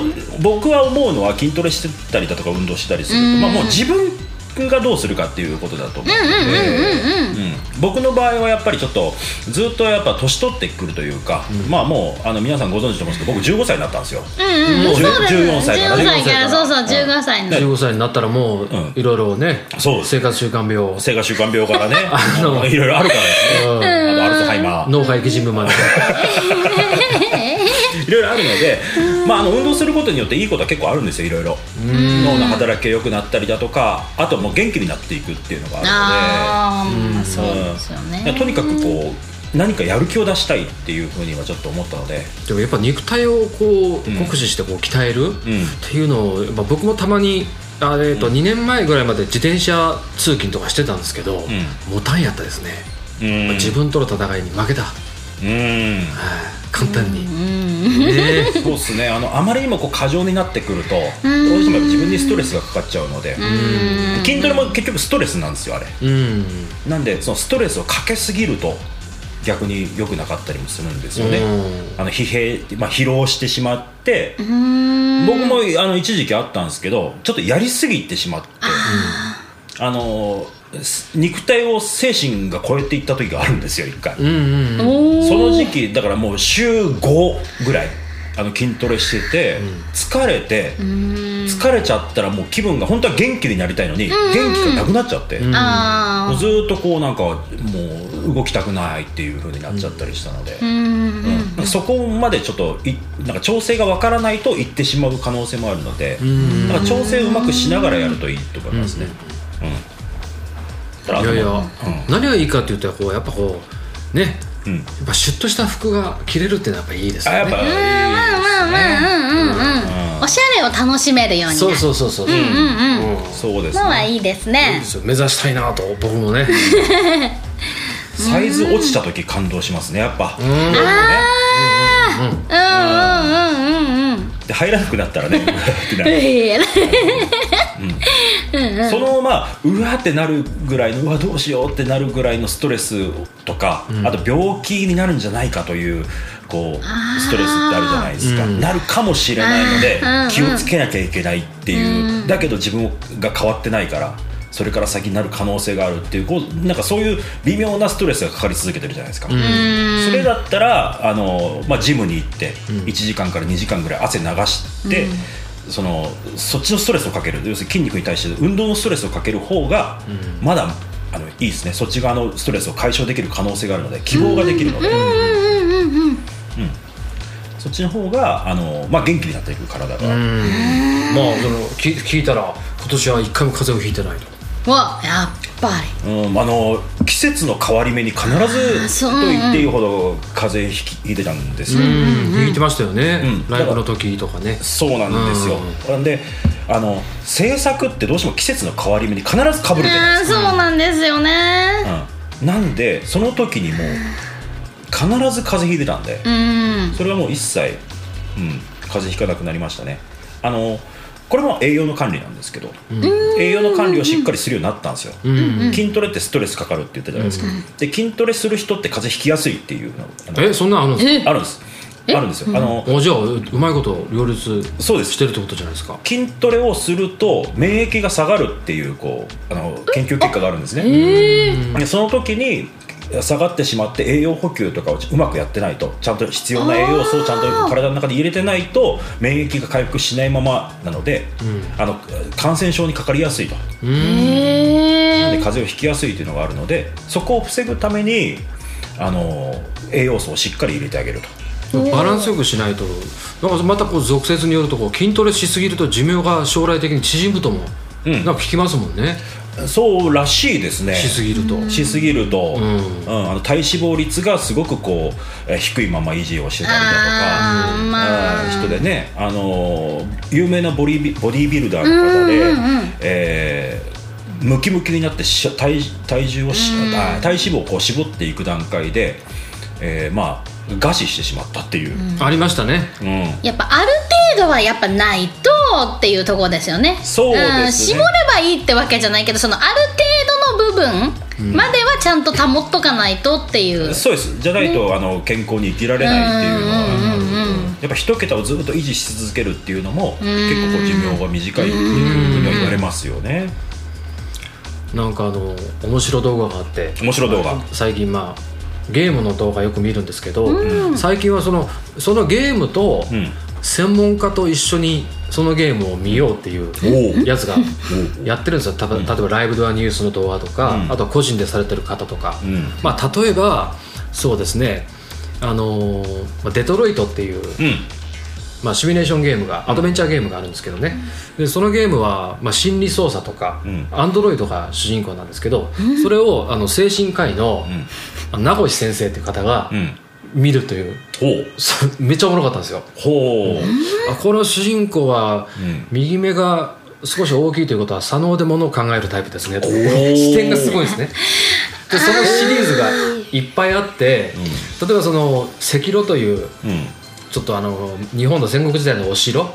S2: 僕は思うのは筋トレしてたりだとか運動してたりすると、まあ、もう自分がどうするかっていうことだと思うのでうん僕の場合はやっぱりちょっとずっとやっぱ年取ってくるというか、まあもうあの皆さんご存知と思うんですけど僕15歳になったんですよ。
S3: うんうん
S2: じゅ
S3: そうです
S2: 14歳から14
S3: 14歳か
S2: 歳からら
S3: そうそう
S2: うん
S3: 15歳の
S1: 15歳になったらもういろいろね、
S2: そうです
S1: 生活習慣病
S2: 生活習慣病からね
S1: の
S2: いろいろあるからですね、
S1: うん
S2: あとアルツハイマー
S1: 脳肺基準部まで
S2: いろいろあるので、まあ、あの運動することによっていいことは結構あるんですよいろいろ脳の働きが良くなったりだとかあともう元気になっていくっていうのがあ
S3: あーまあそ
S2: る
S3: う
S2: ので
S3: ですよね
S2: うんとにかくこう何かやる気を出したいっていうふうにはちょっと思ったので
S1: でもやっぱ肉体をこう
S2: うん
S1: 酷使してこう鍛えるっ
S2: うん
S1: ていうのを、やっぱ僕もたまにあえーと2年前ぐらいまで自転車通勤とかしてたんですけど、
S2: ん
S1: もたんやったですね、
S2: うん
S1: 自分との戦いに負けた、はい
S2: うん
S1: 簡単に、
S3: うん
S1: ねえ
S2: そうですねあのあまりにもこう過剰になってくるとどうしてもやっぱ自分にストレスがかかっちゃうので筋トレも結局ストレスなんですよあれ
S1: うん
S2: なんでそのストレスをかけすぎると逆に良くなかったりもするんですよね、
S1: うん
S2: あの疲弊、まあ、疲労してしまって、僕もあの一時期あったんですけどちょっとやりすぎてしまってあのす肉体を精神が超えていった時があるんですよ一回、
S1: うんうんうん
S3: おー
S2: その時期だからもう週5ぐらいあの筋トレしてて、疲れて、疲れちゃったらもう気分が本当は元気になりたいのに、元気がなくなっちゃって、も
S3: あ
S2: うずーっとこうなんかもう動きたくないっていう風になっちゃったりしたので、
S3: ーうん
S2: うんそこまでちょっといなんか調整がわからないといってしまう可能性もあるので、だから調整をうまくしながらやるといいと思いますね。うん
S1: いやいや、何がいいかっていうとこうやっぱこうね、
S2: ん
S1: やっぱシュッとした服が着れるっていうのはやっぱいいです
S2: あ
S1: よ
S2: やっ
S1: ね
S2: ぱいいですね
S3: おしゃれを楽しめるようにな
S1: そう
S3: る
S1: そうそうそう、うんうん
S2: そうです
S3: のは
S2: ね
S3: いいです
S1: いい
S3: ね
S1: ですよ目指したいなと僕もね
S2: サイズ落ちた時感動しますねやっぱ、ね
S3: うんうんうんうんうん
S2: で入らなくなったらね うわーってな
S3: う
S2: る
S3: え
S2: そのまあうわーってなるぐらいのうわどうしようってなるぐらいのストレスとか、あと病気になるんじゃないかというこうストレスってあるじゃないですか、なるかもしれないので
S3: あーうん
S2: 気をつけなきゃいけないっていう、だけど自分が変わってないからそれから先になる可能性があるっていうこうなんかそういう微妙なストレスがかかり続けてるじゃないですか。それだったらあの、まあ、ジムに行って1時間から2時間ぐらい汗流して、そのそっちのストレスをかける要するに筋肉に対して運動のストレスをかける方がまだあのいいですねそっち側のストレスを解消できる可能性があるので希望ができるので、うんそっちの方があの、まあ、元気になっていく体
S1: ま
S2: が、
S1: あその聞聞いたら今年は一回も風邪をひいてないと
S3: わやっぱり
S2: うん、あの季節の変わり目に必ず
S3: そう
S2: と言っていいほど風邪ひきひいてたんですよ、
S1: ひいてましたよね、
S2: うん
S1: ライブの時とかね
S2: そうなんですよ、なんであの制作ってどうしても季節の変わり目に必ず被るじゃない
S3: あ
S2: で
S3: ー
S2: すか、
S3: そうなんですよね
S2: うんなんでその時にもう必ず風邪ひいてたんで、
S3: うん
S2: それはもう一切、うん、風邪ひかなくなりましたねあのこれも栄養の管理なんですけど、栄養の管理をしっかりするようになったんですよ、筋トレってストレスかかるって言ったじゃないですか、で筋トレする人って風邪ひきやすいっていうのがあの
S1: えそんなんあるんです
S3: え
S2: あるんです
S3: え
S2: あるんですよ、あの
S1: おじゃあううまいこと両立
S2: そうです
S1: してるってことじゃないですか
S2: 筋トレをすると免疫が下がるっていうこうあの研究結果があるんですね、でその時に下がってしまって栄養補給とかをうまくやってないとちゃんと必要な栄養素をちゃんと体の中に入れてないと免疫が回復しないままなので、あの感染症にかかりやすいと
S3: へ
S2: で
S3: え
S2: 風邪をひきやすいというのがあるのでそこを防ぐためにあの栄養素をしっかり入れてあげると
S1: バランスよくしないとなんかまたこう俗説によるとこう筋トレしすぎると寿命が将来的に縮むとも、
S2: う
S1: な
S2: ん
S1: んか聞きますもんね
S2: そうらしいですね
S1: しすぎると、
S2: しすぎると、
S1: う
S2: うんんあの体脂肪率がすごくこうえー低いまま維持をしてたりだと
S3: あ
S2: か
S3: ーまあ
S2: うん人でね、あのー有名なボリビボディービルダーの方で、えームキムキになってし体体重をし、あ体脂肪をこう絞っていく段階で、えーまあ餓死してしまったっていう、
S1: ありましたね
S2: うん
S3: やっぱある程度はやっぱないとっていうところですよね
S2: そうですね
S3: ん、絞ればいいってわけじゃないけどそのある程度の部分まではちゃんと保っとかないとっていう、
S2: そうですじゃないと、あの健康に生きられないっていうのは、やっぱ一桁をずっと維持し続けるっていうのも、結構こう寿命が短いっていうふうには言われますよね、
S1: なんかあの面白動画があって
S2: 面白い動画
S1: 最近まあゲームの動画よく見るんですけど、最近はそのそのゲームと
S2: うん
S1: 専門家と一緒にそのゲームを見ようってい
S2: お
S1: う
S2: う
S1: やつがやってるんですよた例えばライブドアニュースの動画とか、
S2: うん
S1: あとは個人でされてる方とか、
S2: うん
S1: まあ、例えばそうですねあのーまあデトロイトっていう、
S2: うん
S1: まあ、シミュレーションゲームがアドベンチャーゲームがあるんですけどね、でそのゲームは、まあ、心理操作とか、
S2: うん
S1: アンドロイドが主人公なんですけど、それをあの精神科医の
S2: うん
S1: あの名越先生っていう方が
S2: うん
S1: 見るという、
S2: ほう
S1: そうめっちゃおもろかったんですよ。
S2: ほ
S1: あこの主人公は
S2: うん
S1: 右目が少し大きいということは左脳でものを考えるタイプですね
S2: ー
S1: 視点がすごいですねでそのシリーズがいっぱいあって例えばその赤炉という
S2: ううん
S1: ちょっとあの日本の戦国時代のお城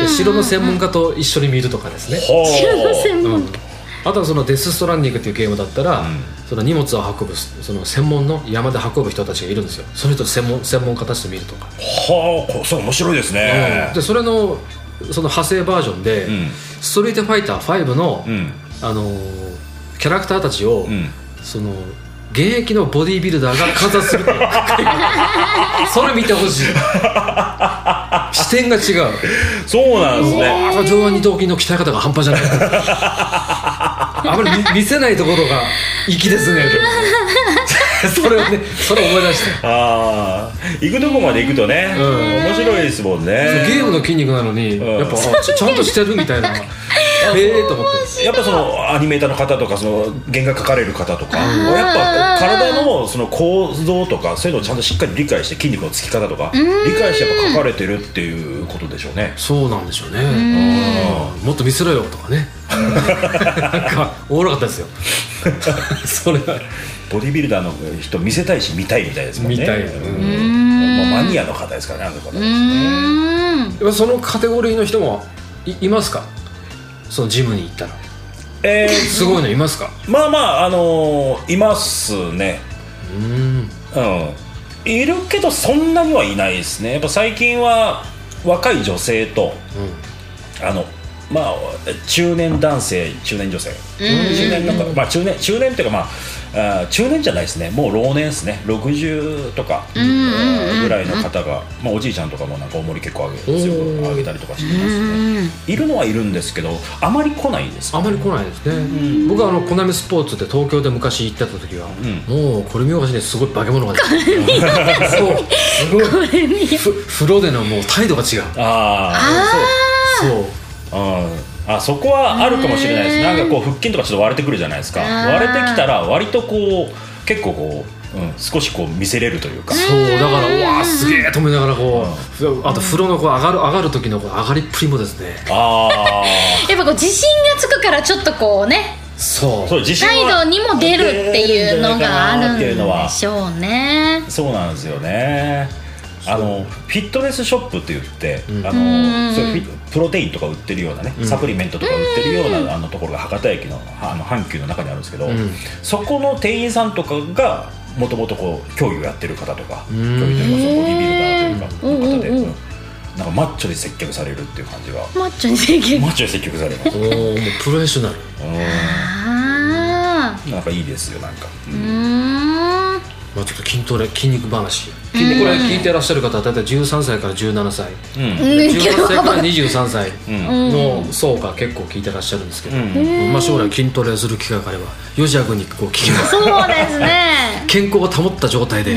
S1: で城の専門家と一緒に見るとかですね
S2: ほう
S3: 専門
S1: あとはそのデス・ストランディングっていうゲームだったら、
S2: ん
S1: その荷物を運ぶその専門の山で運ぶ人たちがいるんですよその人専門専門家たちと見るとか、
S2: はあこそう面白いですね
S1: でそれのその派生バージョンで、
S2: うん
S1: ストリートファイター5の、
S2: うん
S1: あのーキャラクターたちを、
S2: うん
S1: その現役のボディービルダーが観察する それ見てほしい視点が違う
S2: そうなんですね
S1: あ上腕二頭筋の鍛え方が半端じゃないあまり見見せないところが粋ですねそれをねそれを思い出して
S2: ああ行くとこまで行くとね、
S1: ん
S2: 面白いですもんね
S1: ゲームの筋肉なのに、
S2: ん
S1: やっぱあちちゃんとしてるみたい なええと思って
S2: やっぱそのアニメーターの方とかその原画描かれる方とかやっぱ体のその構造とかそういうのをちゃんとしっかり理解して筋肉のつき方とか理解してやっぱ描かれてるっていうことでしょうね
S1: そうなんでしょうねうんもっと見せろよとかねなんかおもろかったですよそれは
S2: ボディビルダーの人見せたいし見たいみたいですもんね
S1: 見たい
S2: うんまあマニアの方ですからねあの方
S3: うーん
S1: やっぱそのカテゴリーの人もいいますかそのジムに行ったら
S2: え
S1: すごいのいますか
S2: ーまあまああのーいますね
S1: うん
S2: うんいるけどそんなにはいないですねやっぱ最近は若い女性とあのまあ中年男性中年女性中年なんか、まあ、中年中年っていうかまああー中年じゃないですねもう老年ですね60とかぐらいの方が、まあ、おじいちゃんとかもなんかおもり結構あげ強くあげたりとかしてますねいるのはいるんですけどあまり来ないです
S1: あまり来ないですね、僕はあのコナミスポーツって東京で昔行ってた時は、もうこれ見よがしねすごい化け物が出て そうすごいふ風呂でのもう態度が違う
S2: あ
S1: そう
S2: あうん、あそこはあるかもしれないですなんかこう腹筋とかちょっと割れてくるじゃないですか
S3: あー
S2: 割れてきたら割とこう結構こう、うん、少しこう見せれるというか
S1: そうだからうわーすげえ止めながらこう、あと風呂のこう上がる上がる時のこう上がりっぷりもですね
S2: あ
S3: やっぱこう自信がつくからちょっとこうね
S1: そ
S2: あ
S1: う
S2: そう自信
S3: 態
S2: は
S3: 度にも出るっていうのがあるん
S2: 出るんじゃないかな
S3: で
S2: っていうのは
S3: しょうね
S2: そうなんですよねあのフィットネスショップって言って、あ
S3: う
S2: の
S3: ん
S2: そういうフィプロテインとか売ってるようなね、サプリメントとか売ってるようなあのところが博多駅のあの阪急の中にあるんですけど、
S1: ん
S2: そこの店員さんとかがもともとこう競技をやってる方とか競
S1: ん
S2: 技というかボディビルダーというかの方で、
S3: うんうんうん
S2: うんなんかマッチョで接客されるっていう感じが
S3: マッチョに制限
S2: マッチョで接客される
S1: おーもうプロフェッショナル
S3: ああ
S2: うんなんかいいですよなんか、うん
S3: うーん
S1: まあ、ちょっと筋トレ筋肉話筋肉これ聞いてらっしゃる方は大体13歳から17歳
S2: うん
S3: うん
S1: 18
S3: け
S1: 歳
S3: ど
S1: か
S3: 幅
S1: ら
S3: が
S1: 23歳
S2: うん
S1: の層が結構聞いてらっしゃるんですけど、
S2: うん
S1: まあ、将来筋トレをする機会があればヨジャ君にこう聞きます
S3: そうですね
S1: 健康を保った状態で、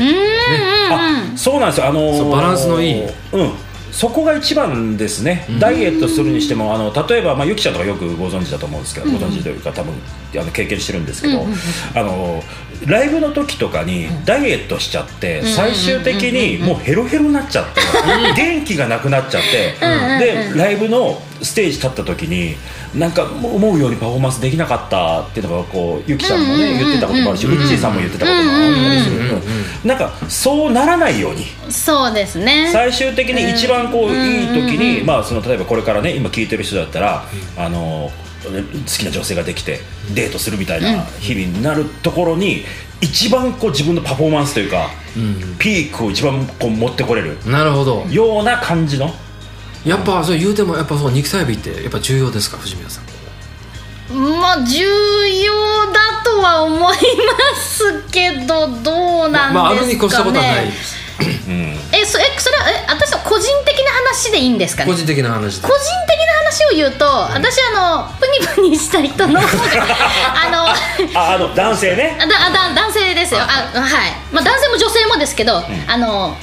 S2: あそうなんですよ、あのー
S1: そうバランスのいい
S2: うん、そこが一番ですね、ダイエットするにしても、あの例えば、まあ、ゆきちゃんとかよくご存知だと思うんですけど、ご存知というか、多分あの経験してるんですけど、あのーライブの時とかにダイエットしちゃって、最終的にもうヘロヘロになっちゃ って、元気がなくなっちゃって、で、ライブのステージ立った時に、なんかもう思うようにパフォーマンスできなかったっていうのが、こうゆきちゃんもね、言ってたこともあるし、ウッチーさんも言ってたこともあったりする。うんなんかそうならないように
S3: そうですね
S2: 最終的に一番こういい時に、まあ、その例えばこれからね今聞いてる人だったら、あの好きな女性ができてデートするみたいな日々になるところに、一番こう自分のパフォーマンスというか、ピークを一番こう持ってこれる
S1: なるほど
S2: ような感じの
S1: やっぱそう言うてもやっぱそう肉体美ってやっぱ重要ですか藤宮さん
S3: まあ重要だとは思いますけどどう
S1: まあ、
S3: なん
S1: ある
S3: で
S1: に
S3: す
S1: 越した
S3: か
S1: ことはない
S3: ねえそえそれはえ私の個人的な話でいいんですかね
S1: 個人的な話で
S3: 個人的な話を言うと私あのプニプニした 人のあの
S2: ああの男性ね
S3: あだあだ男性ですよあはい、まあ、男性も女性もですけど、あの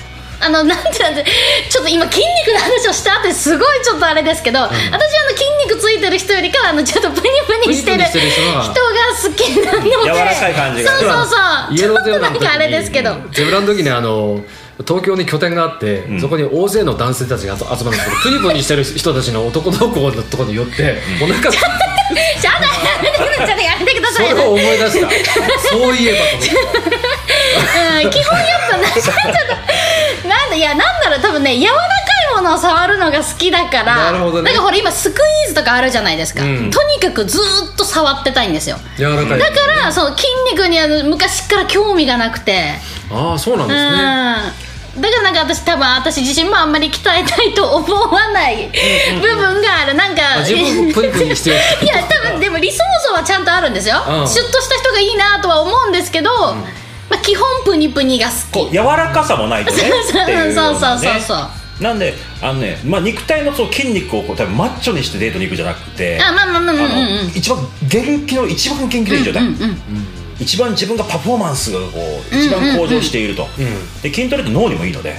S3: あのなんてなんてちょっと今筋肉の話をした後ですごいちょっとあれですけど、私はあの筋肉ついてる人よりかはあのちょっとプニプニしてる
S1: プニプニしてる人の
S3: 人が
S1: 方が
S3: 好きなので
S2: 柔らかい感じが
S3: そうそうそう
S1: イ
S3: ち
S1: エ
S3: ょ
S1: ロ
S3: っ
S1: ーゼ
S3: と
S1: ブ
S3: な
S1: ラ
S3: ん
S1: の時
S3: かあれですけど
S1: にゼブラの時にあの東京に拠点があって、そこに大勢の男性たちが集まるんですけどプニプニしてる人たちの男同行のところに寄って、お腹す
S3: ちょっとやめてくださいやめてくだ
S1: そ
S3: さい
S1: れを思い出したそういえばと思って
S3: うん基本やっぱなちょっとなんだいやなんだろう多分ね柔らかいものを触るのが好きだか
S1: な
S3: ら
S1: るほどね
S3: んかほら今スクイーズとかあるじゃないですか、
S1: うん
S3: とにかくずーっと触ってたいんですよ
S1: 柔らかい
S3: だからその筋肉にあの昔から興味がなくて
S1: ああそうなん
S3: う
S1: で
S3: ん
S1: すね
S3: だからなんか私多分私自身もあんまり鍛えたいと思わない部分があるなん
S1: あ
S3: か
S1: 自分も プニプニしてる
S3: いや多分でも理想像はちゃんとあるんですよ、
S1: うん
S3: シュッとした人がいいなとは思うんですけど、まあ、基本プニプニが好き
S2: こう柔らかさも ないとねっていうようなね
S3: そうそうそうそう
S2: なんであのね、まあ、肉体のその筋肉をこう多分マッチョにしてデートに行くじゃなくて
S3: あまあまあまあまあ
S2: あ
S3: うんうん
S2: の一番元気の一番元気でいい状態、
S3: うんうん
S2: 一番自分がパフォーマンスがこう一番向上していると、
S1: ん
S2: で筋トレって脳にもいいので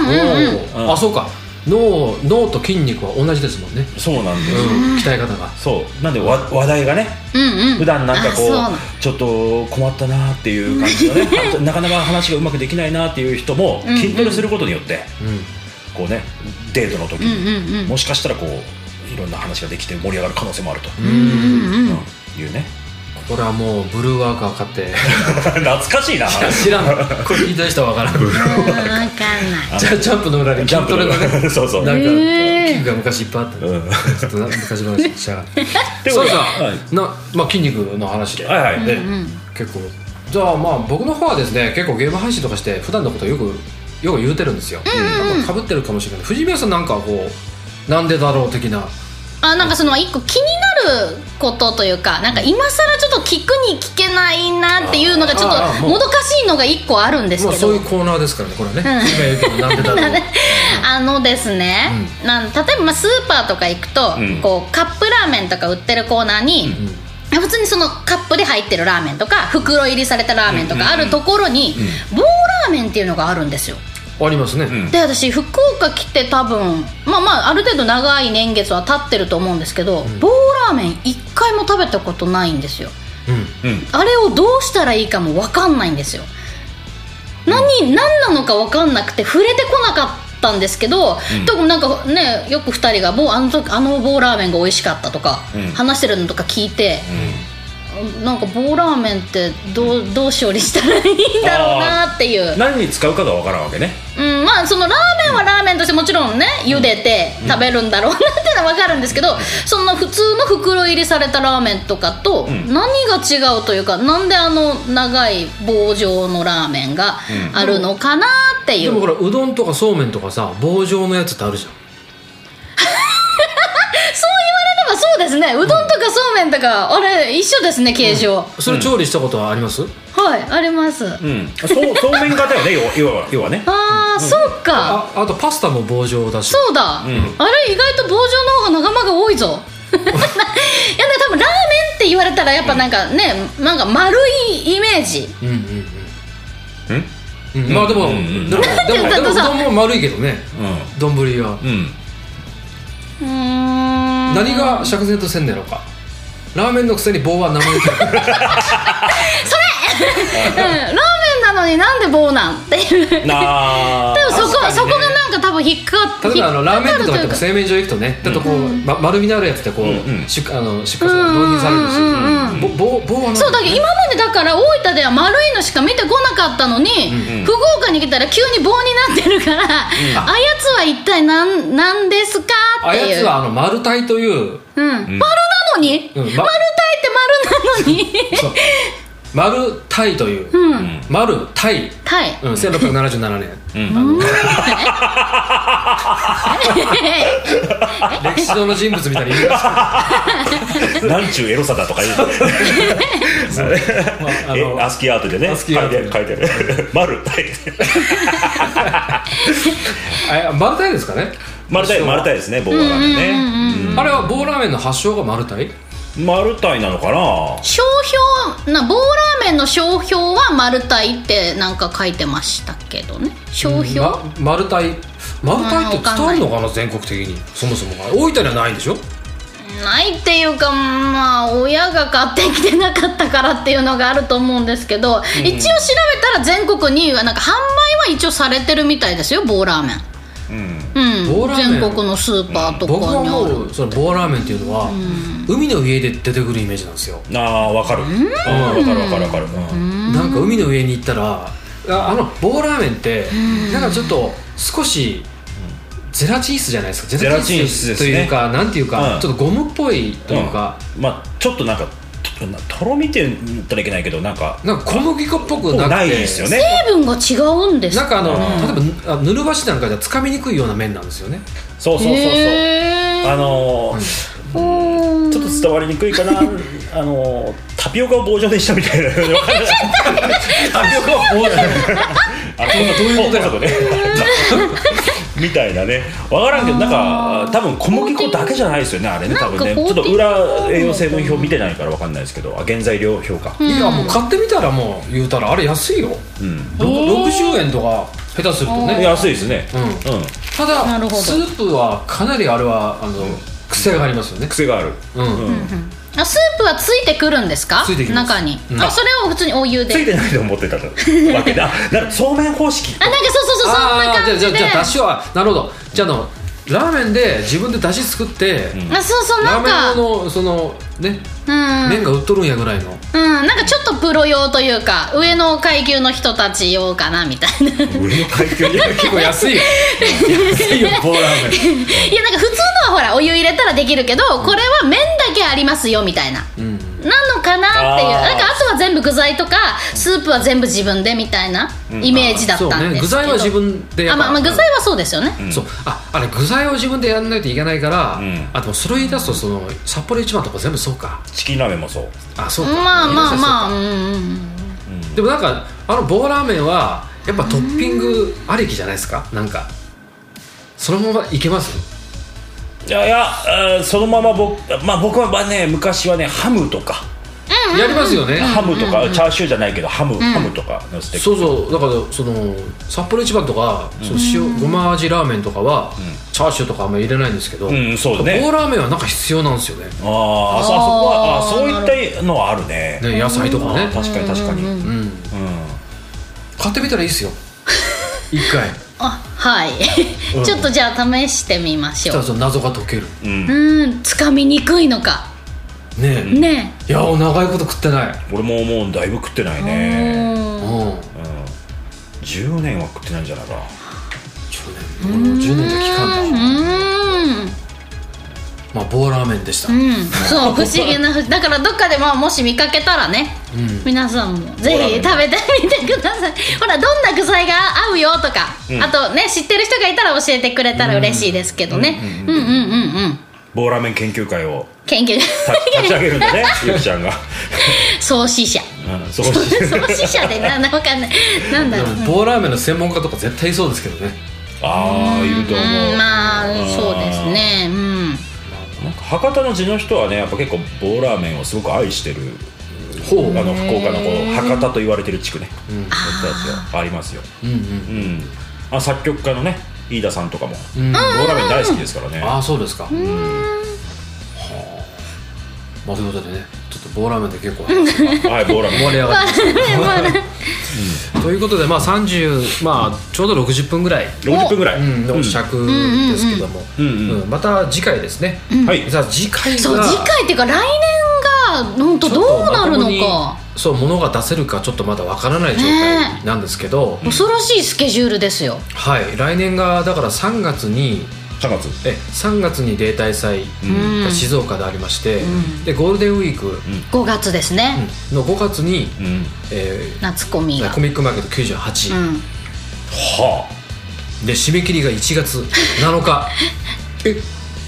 S1: おー
S2: うん
S1: あそうか脳脳と筋肉は同じですもんね、
S2: そうなんです、
S1: うん、鍛え方が
S2: そうなんでわ話題がね
S3: うんうん
S2: 普段なんかこう
S3: あ
S2: ちょっと困ったなっていう感じのねあとなかなか話がうまくできないなっていう人も
S3: んうん
S2: 筋トレすることによって
S1: うん
S2: こうねデートの時
S3: そううんうん
S2: に
S3: うん
S2: もしかしたらこういろんな話ができて盛り上がる可能性もあると、
S3: うんうんう
S2: う
S3: ん
S2: んいうね
S1: これはもうブルーワーカー買って
S2: 懐かしいな
S1: 知らんこれ言い出したらわからん
S3: 分かんない
S1: じゃあジャンプの裏に
S2: ジャン
S1: 筋
S2: プ
S1: トレのね
S2: そうそう
S1: なんか
S3: へー
S1: 器具が昔いっぱいあったね
S2: うん
S1: ちょっとな昔話しちゃう
S2: てこ
S1: そ
S2: と
S1: う
S2: で
S1: さ、
S2: はい
S1: なまあ、筋肉の話で、
S2: はいはい、で
S1: 結構じゃあまあ僕の方はですね結構ゲーム配信とかして普段のことをよくよく言うてるんですよかぶってるかもしれない藤宮さんなんかこうなんでだろう的な
S3: あなんかその一個気になることというかなんか今更ちょっと聞くに聞けないなっていうのがちょっ
S1: あーあー
S3: と
S1: もう
S3: もどかしいのが一個あるんです
S1: まあ
S3: け
S1: そう
S3: ど
S1: いうコーナーですからねこれはね今言うけどなんでだろう
S3: あのですね、なん例えばまあスーパーとか行くと、
S2: うん
S3: こうカップラーメンとか売ってるコーナーに、普通にそのカップで入ってるラーメンとか袋入りされたラーメンとかあるところに、棒ラーメンっていうのがあるんですよ
S1: ありますね、
S2: ん
S3: で私福岡来て多分まあまあある程度長い年月は経ってると思うんですけど、棒ラーメン一回も食べたことないんですよ
S1: うん
S2: うん
S3: あれをどうしたらいいかも分かんないんですよ何何なのか分かんなくて触れてこなかったんですけど、でもなんかねよく2人がもうあの時あの棒ラーメンが美味しかったとか、
S2: うん
S3: 話してるのとか聞いて、なんか棒ラーメンってどうどう処理したらいいんだろうなっていう
S2: 何に使うかがわからんわけね
S3: うん、まああそのラーメンはラーメンとしてもちろんね茹でて食べるんだろうなっていうのは分かるんですけどその普通の袋入りされたラーメンとかと
S2: ん
S3: 何が違うというかなんであの長い棒状のラーメンがあるのかなってい
S1: で
S3: う、
S1: もほらうどんとかそうめんとかさ棒状のやつってあるじゃん
S3: そう言われればそうですねうどんとかそうめんとかあれ一緒ですね形状、
S1: それ調理したことはあります、
S3: はいあります、
S2: うん、そうそうめん型よね要要は要はね
S3: ああ、そうか
S1: ああとパスタも棒状だし
S3: そうだ、あれ意外と棒状の方が仲間が多いぞ いやでも多分ラーメンって言われたらやっぱなんかね、なんか丸いイメージ
S1: うんうん
S2: うん
S1: うんうんまあでも、
S2: うんうん
S1: でもでも
S3: だ
S1: で
S3: って
S1: もう
S3: さ
S1: どんも丸いけどね
S2: う
S1: 丼は、
S2: んうん
S3: うーん
S1: 何が釈然とせんねやろかラーメンのくせに棒は名前だ
S3: うんラーメンなのになんで棒なんっていうで も
S2: なあ
S3: そこ、
S2: 確
S3: そ
S2: か
S3: こ
S2: に
S3: が
S2: ね
S3: なんか多分引っかか
S1: 例えばあのラーメン店とか行っても
S3: 引っかかる
S1: 製麺所行くとね、ちょっとこう、ま、丸みのあるやつってこう、
S2: うんうん
S1: 出荷あの出荷される導入されるし、ぼ棒棒はなん
S3: そうだけど今までだから大分では丸いのしか見てこなかったのに、
S2: うん
S3: 福岡に来たら急に棒になってるから、あやつは一体なんなんですかっ
S1: あ
S3: ていう
S1: やつはあの丸太という、
S3: うん、丸なのに、
S1: うん
S3: 丸
S1: ま
S3: 太って丸なのに
S1: そう丸太という、
S3: うん
S1: 丸太、
S3: タイ
S1: うん、1677年歴史上の人物みたいに 言うら
S2: なんちゅうエロさだとか言うと
S1: しいまああ
S2: え
S1: の
S2: アスキーアートでね
S1: アスキーアートで
S2: 書いてある書いてある丸太
S1: あ丸太ですかね
S2: 丸太丸太ですね棒はね
S1: あれは棒ラーメンの発祥が丸太
S2: うん丸太なのかな
S3: 商標な棒ラーメンの商標は丸太ってなんか書いてましたけどね商標、
S1: ま丸太丸太って伝わるのかな全国的にそもそもが大分にはないんでしょ
S3: ないっていうかまあ親が買ってきてなかったからっていうのがあると思うんですけど、一応調べたら全国になんか販売は一応されてるみたいですよ棒ラーメン
S2: うん
S3: うん
S1: 棒ラーメン
S3: 全国のスーパーと
S1: 僕
S3: か
S1: は
S3: にある
S1: もうその棒ラーメンっていうのは、海の家で出てくるイメージなんですよ、
S2: ああわかるうんわかるわかるわかるうん
S1: なんか海の上に行ったらああの棒ラーメンってなんかちょっと少しゼラチン質じゃないですか
S2: ゼラチン質です
S1: とい
S2: ね
S1: うかなんていうか、
S2: うん
S1: ちょっとゴムっぽいというか、
S2: まあちょっとなんかとなとろみって言ったらいけないけどなんか
S1: なんか小麦粉っぽくなくて
S2: ないですよね
S3: 成分が違うんです
S1: なんかあの、
S2: う
S1: 例えばあぬるばしなんかじゃつかみにくいような麺なんですよね
S2: そうそうそうそう
S3: へー
S2: あのー
S3: うん
S2: ちょっと伝わりにくいかなあのータピオカを棒状にしたみたいな
S1: タピオカは棒ラーメン
S2: あのどういうことやろね みたいなねわからんけどなんか多分小麦粉だけじゃないですよねあれね多分ねち
S3: な
S2: ょ
S3: んか
S2: っ
S3: コ
S2: と
S3: ーティング
S2: 裏栄養成分表見てないからわかんないですけどあ原材料表か、
S1: いやもう買ってみたらもう言うたらあれ安いよ、
S2: うん
S1: ろく
S3: へー
S1: 60円とか下手するとね
S2: 安いですね
S1: う
S2: うん、
S1: た
S3: なる
S1: だ
S3: ほど
S1: スープはかなりあれはあの癖がありますよね、
S2: 癖がある
S1: うん
S2: うん
S3: あスープはついてくるんですか
S1: ついてきます
S3: 中に、
S1: うん
S3: あそれを普通にお湯で
S2: ついてないと思ってたのわけだなんかそうめん方式
S3: あなんかそうそうそうそんな
S1: ああ
S3: 感
S1: じゃあ
S3: じ
S1: じゃあ
S3: で
S1: じゃあだしはなるほどじゃああのラーメンで自分でだし作って、
S3: あそうそうな
S1: ラ
S3: ん
S1: ーメ
S3: か
S1: ン用のそのね、
S3: うん
S1: 麺が売っとるんやぐらいの
S3: うん、なんかちょっとプロ用というか上の階級の人たち用かなみ たいないやなんか
S2: 俺の階級には
S1: 結構安 いよ安いよ棒ラーメン
S3: 普通のはほらお湯入れたらできるけどこれは麺だけありますよみたいな、
S1: ん
S3: なのかなっていう
S2: あー
S3: なんかあとは全部具材とかスープは全部自分でみたいなイメージだったんですけど、
S1: そうね具材は自分でや
S3: あ、
S1: っぱ
S3: まあ、まあ具材はそうですよね、
S1: そうああれ具材を自分でやらないといけないから、
S2: ん
S1: あとそれ言い出すとその札幌一番とか全部そうか
S2: チキンラーメンもそう
S1: あそうか
S3: まあまあまあ
S1: あ
S3: うんうん
S1: でもなんかあの棒ラーメンはやっぱトッピングありきじゃないですかなんかそのままいけます
S2: いやいやあーそのまま僕,、まあ、僕はね昔はねハムとか、
S1: やりますよね、
S2: ハムとか、チャーシューじゃないけどハム、ハムとかのステーキ
S1: そうそうだからその札幌一番とか、その塩ごま味ラーメンとかは、チャーシューとかあんま入れないんですけど、
S2: うんそうね
S1: 棒ラーメンはなんか必要なんですよね
S2: あーあそあそこはあーそういったのはあるね
S1: ね野菜とかね
S2: あー確かに確かに、
S1: うん、買ってみたらいい ですよ一回
S3: あはいちょっとじゃあ試してみま
S1: そし
S3: し
S1: た
S3: ょ
S1: ら
S3: う
S1: その謎が解ける
S3: うんつかみにくいのか
S1: ねえ、い
S3: ね
S1: やお長いこと食ってない、
S2: 俺ももうだいぶ食ってない
S3: え、
S2: ね
S3: うん
S1: うん
S2: 10年は食ってないんじゃないかな
S1: ち10年もう10年の期間
S3: う
S1: だ
S3: ん
S1: まあ棒ラーメンでした、
S3: うん、そう 不思議なだからどっかでまあもし見かけたらね、皆さんもぜひ食べてみてくださいほらどんな具材が合うよとか、あとね知ってる人がいたら教えてくれたら嬉しいですけどねうんうんうんうん
S2: 棒ラーメン研究会を
S3: 研究
S2: た 立ち上げるんだねゆきちゃんが、
S3: 創始者
S2: うん、 そうし
S3: 創始者でななわかんないなんだ
S1: で
S3: ろう
S1: も棒ラーメンの専門家とか絶対いそうですけどね
S2: ああいると思う、
S3: うんまあそうですねうん
S2: なんか博多の地の人はねやっぱ結構棒ラーメンをすごく愛してる
S1: ほう
S2: あの福岡のこう博多と言われてる地区ね、そういったやつがありますよ、
S1: うんうん
S2: うん、あ作曲家のね飯田さんとかも、棒ラーメン大好きですからね、
S1: ああそうですかはあまあということでねちょっと棒ラーメンで結構盛
S2: はい棒ラーメン
S1: り上がりま したということでまあ30まあちょうど60分ぐらい
S2: 60分ぐら
S1: う
S2: い、
S1: んの尺ですけども
S2: うんうんうん
S1: うんまた次回ですね
S2: はい
S1: さあ次回が
S3: そう次回っていうか来年が本当
S1: ちょっ
S3: ど
S1: と
S3: うなるの
S1: まともに
S3: か
S1: そう物が出せるかちょっとまだわからない状
S3: ね
S1: 態なんですけど
S3: 恐ろしいスケジュールですよ
S1: はい来年がだから3月に
S2: 3月
S1: え3月に例大祭が静岡でありまして、でゴールデンウィーク
S3: 5月ですね、
S1: の5月に、
S2: うん
S1: え
S3: 夏コミ
S1: ー
S3: が
S1: コミックマーケット98、
S3: うん、
S2: は
S1: で締め切りが1月7日 え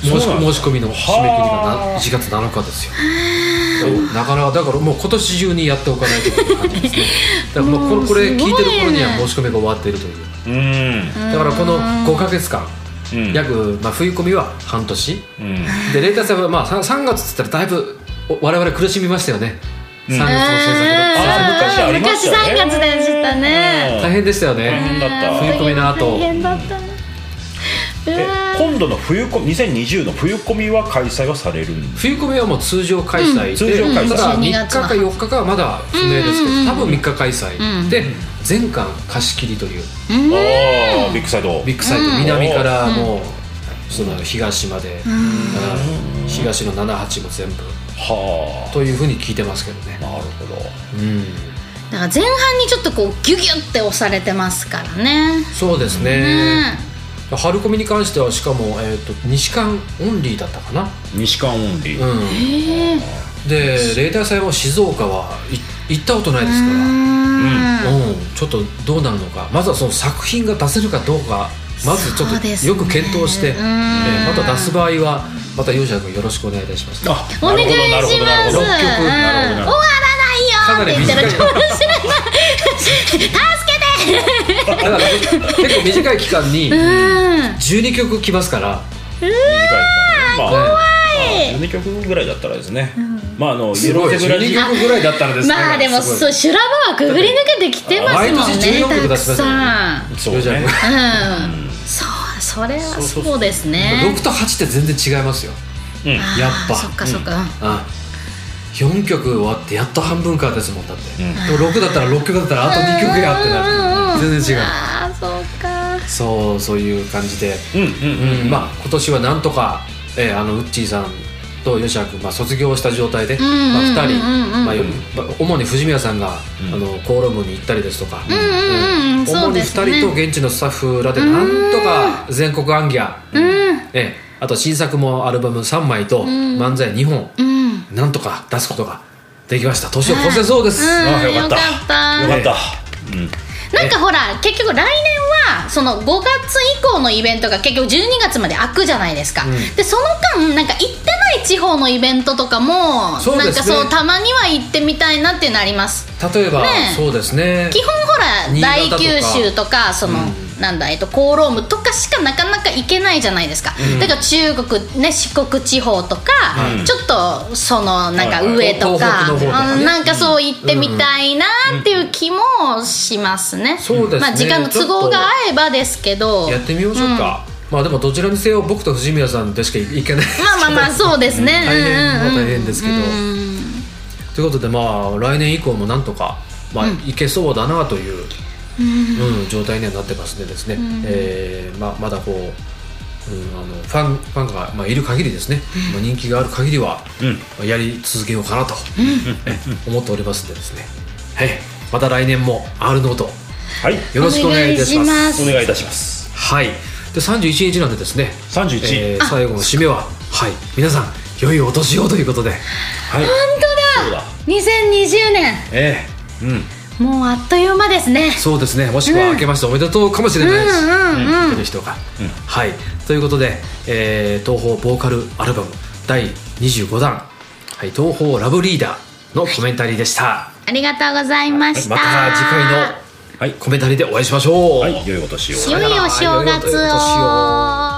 S1: 申し
S2: そうなんだ
S1: 申し込みの締め切りがな1月7日ですよそうなかなかだからもう今年中にやっておかないといけない感じですね だからもうこれこれ聞いてる頃には申し込みが終わっているという
S2: あうん
S1: だからこの5か月間
S2: うん
S1: 約、まあ、冬込みは半年
S2: うん
S1: でレーターさんはまあ 3, 3月っつったらだいぶお我々苦しみましたよね3月の制作
S2: あー昔ありま
S3: 昔
S2: し
S3: 3
S2: たね
S3: 月でしたね
S1: 大変でしたよ
S2: 大
S1: ね
S2: 変だった
S1: 冬コミの後
S3: 大変だったねうわ
S2: え
S3: ー
S2: 今度の冬コミ2020の冬コミは開催はされるんです
S1: 冬コミはもう通常開催
S2: うん
S1: で、
S2: 通常開催
S1: ただ3
S3: 12
S1: 日
S3: 月
S1: か4日かはまだ不明ですけど、多分3日開催、
S3: うん
S1: で全館貸し切りという
S2: ああビッグサイド
S1: ビッグサイト、南からもう、その東まで、だから東の78も全部
S2: は
S1: というふうに聞いてますけど
S2: あ
S1: ね、
S2: なるほど
S1: うん、
S3: だから前半にちょっとこうギュギュって押されてますからね
S1: そうですね、
S3: ね
S1: 春コミに関してはしかも、えー、と西館オンリーだったかな、
S2: 西館オンリー、
S1: うん
S3: ええ
S1: で例大祭も静岡はい行ったことないですから、
S3: うん
S1: うん、ちょっとどうなるのかまずはその作品が出せるかどうかまずちょっ
S3: そう
S1: と
S3: ですね
S1: よく検討して、
S3: うん
S1: えーまた出す場合はまた勇者君よろしくお願いいたします。
S2: あ
S3: お願いします
S2: なるほどなるほど
S3: う
S2: 六曲
S3: ん
S2: なるほどなる
S3: 終
S2: ほ
S3: わ
S2: ど
S1: からな
S3: な
S1: り
S3: いよって言
S1: 短
S3: った
S1: い
S3: らかもしれない助けて
S1: だから結構短い期間に
S3: うん
S1: 12曲来ますから、
S2: 短いまあ
S1: 怖
S2: い12曲ぐらいだったらですね、まああのイエ
S1: す
S2: ロ
S1: ご
S2: ー
S1: い
S2: ゼブラ
S1: 12
S2: ジ
S1: 曲ぐらいだったらですね。
S3: まあでも
S1: す
S3: そう修羅場はくぐり抜けてきてますもん
S1: 毎
S3: ね
S1: 年14曲出し
S3: たく
S1: ますよ
S3: さん
S2: そうね
S3: うんそうそれはそうです
S1: ごい
S3: ね
S1: 6と8って全然違いますよ。
S2: うん
S3: あー
S1: やっぱ
S3: そっかそっか
S1: あ4曲終わってやっと半分かですもんだって、
S2: うん
S1: でも6だったら6曲だったらあと2曲やってなる全然違う
S3: ああそうか
S1: そうそういう感じで、
S2: うんうんうん
S1: うんまあ、今年はなんとか、えーあのウッチーさんと吉原君、まあ、卒業した状態で、
S3: んうん
S1: まあ、2人
S3: うんうんうん
S1: まあよまあ主に藤宮さんが、
S2: うん
S1: あのコーロムに行ったりですとか、
S3: うんうんうんそ
S1: 主
S3: う
S1: に
S3: で
S1: 2
S3: すね
S1: 人と現地のスタッフらでなんとか全国アンギャ、ええあと新作もアルバム3枚と漫才2本、
S3: うん
S1: なんとか出すことができました年を越せそうです、
S3: うん
S2: あよかった
S3: よかった
S2: よかった、うん
S3: なんかほら結局来年はその5月以降のイベントが結局12月まで開くじゃないですか、でその間なんか行ってない地方のイベントとかも、
S1: そう
S3: なん
S1: で
S3: か
S1: すね
S3: そうたまには行ってみたいなっていうのあります
S1: 例えば、
S3: ねえ
S1: そうですね
S3: 基本ほ
S1: 新潟
S3: ら大
S1: とか
S3: 九州とかその、なんだえっとコーロームとかしかなかなか行けないじゃないですか、だから中国ね四国地方とか、ちょっとそのなんか
S2: はい
S3: 上と
S1: 東
S3: か,、
S1: 北の方とかね
S3: なんかそう行ってみたいなっていう気もしますね、
S1: そうですね
S3: まあ時間の都合が合えばですけど
S1: やってみましょうか、まあでもどちらにせよ僕と藤宮さんでしかいけないですけど
S3: まあまあまあそうですね、
S1: 大変
S3: うんうんう
S1: は
S3: ん
S1: 大変ですけど、ということでまあ来年以降もなんとか、まあ、いけそうだなという、うん状態にはなってますんでですね、えーまあ、まだこう、うん、あのファンファンが、まあ、いる限りですね、まあ、人気がある限りは、まあやり続けようかなと、え 思っておりますんでですね、はい、また来年も R ノート
S2: はい
S1: よろしくお願いいたします
S3: お願いします
S2: お願いいたします
S1: はいで31日なんでですね
S2: 31
S1: えー最後の締めははい皆さん良いお年をということで
S2: はいそうだ
S3: 2020年
S2: ええうん
S3: もうあっという間ですね
S1: そうですねもしくは明けましておめでとうかもしれ
S3: う
S1: なん
S3: う
S1: いし、
S3: んうん、
S1: 見てる人が、はいということで、えー東宝ボーカルアルバム第25弾、はい、東宝ラブリーダーのコメンタリーでした
S3: ありがとうございました
S1: また次回の
S2: はい
S1: コメンタリーでお会いしましょう、
S2: はい良いお年を
S3: 良いお正
S1: さよなら良いお
S3: 月
S1: 年を
S3: を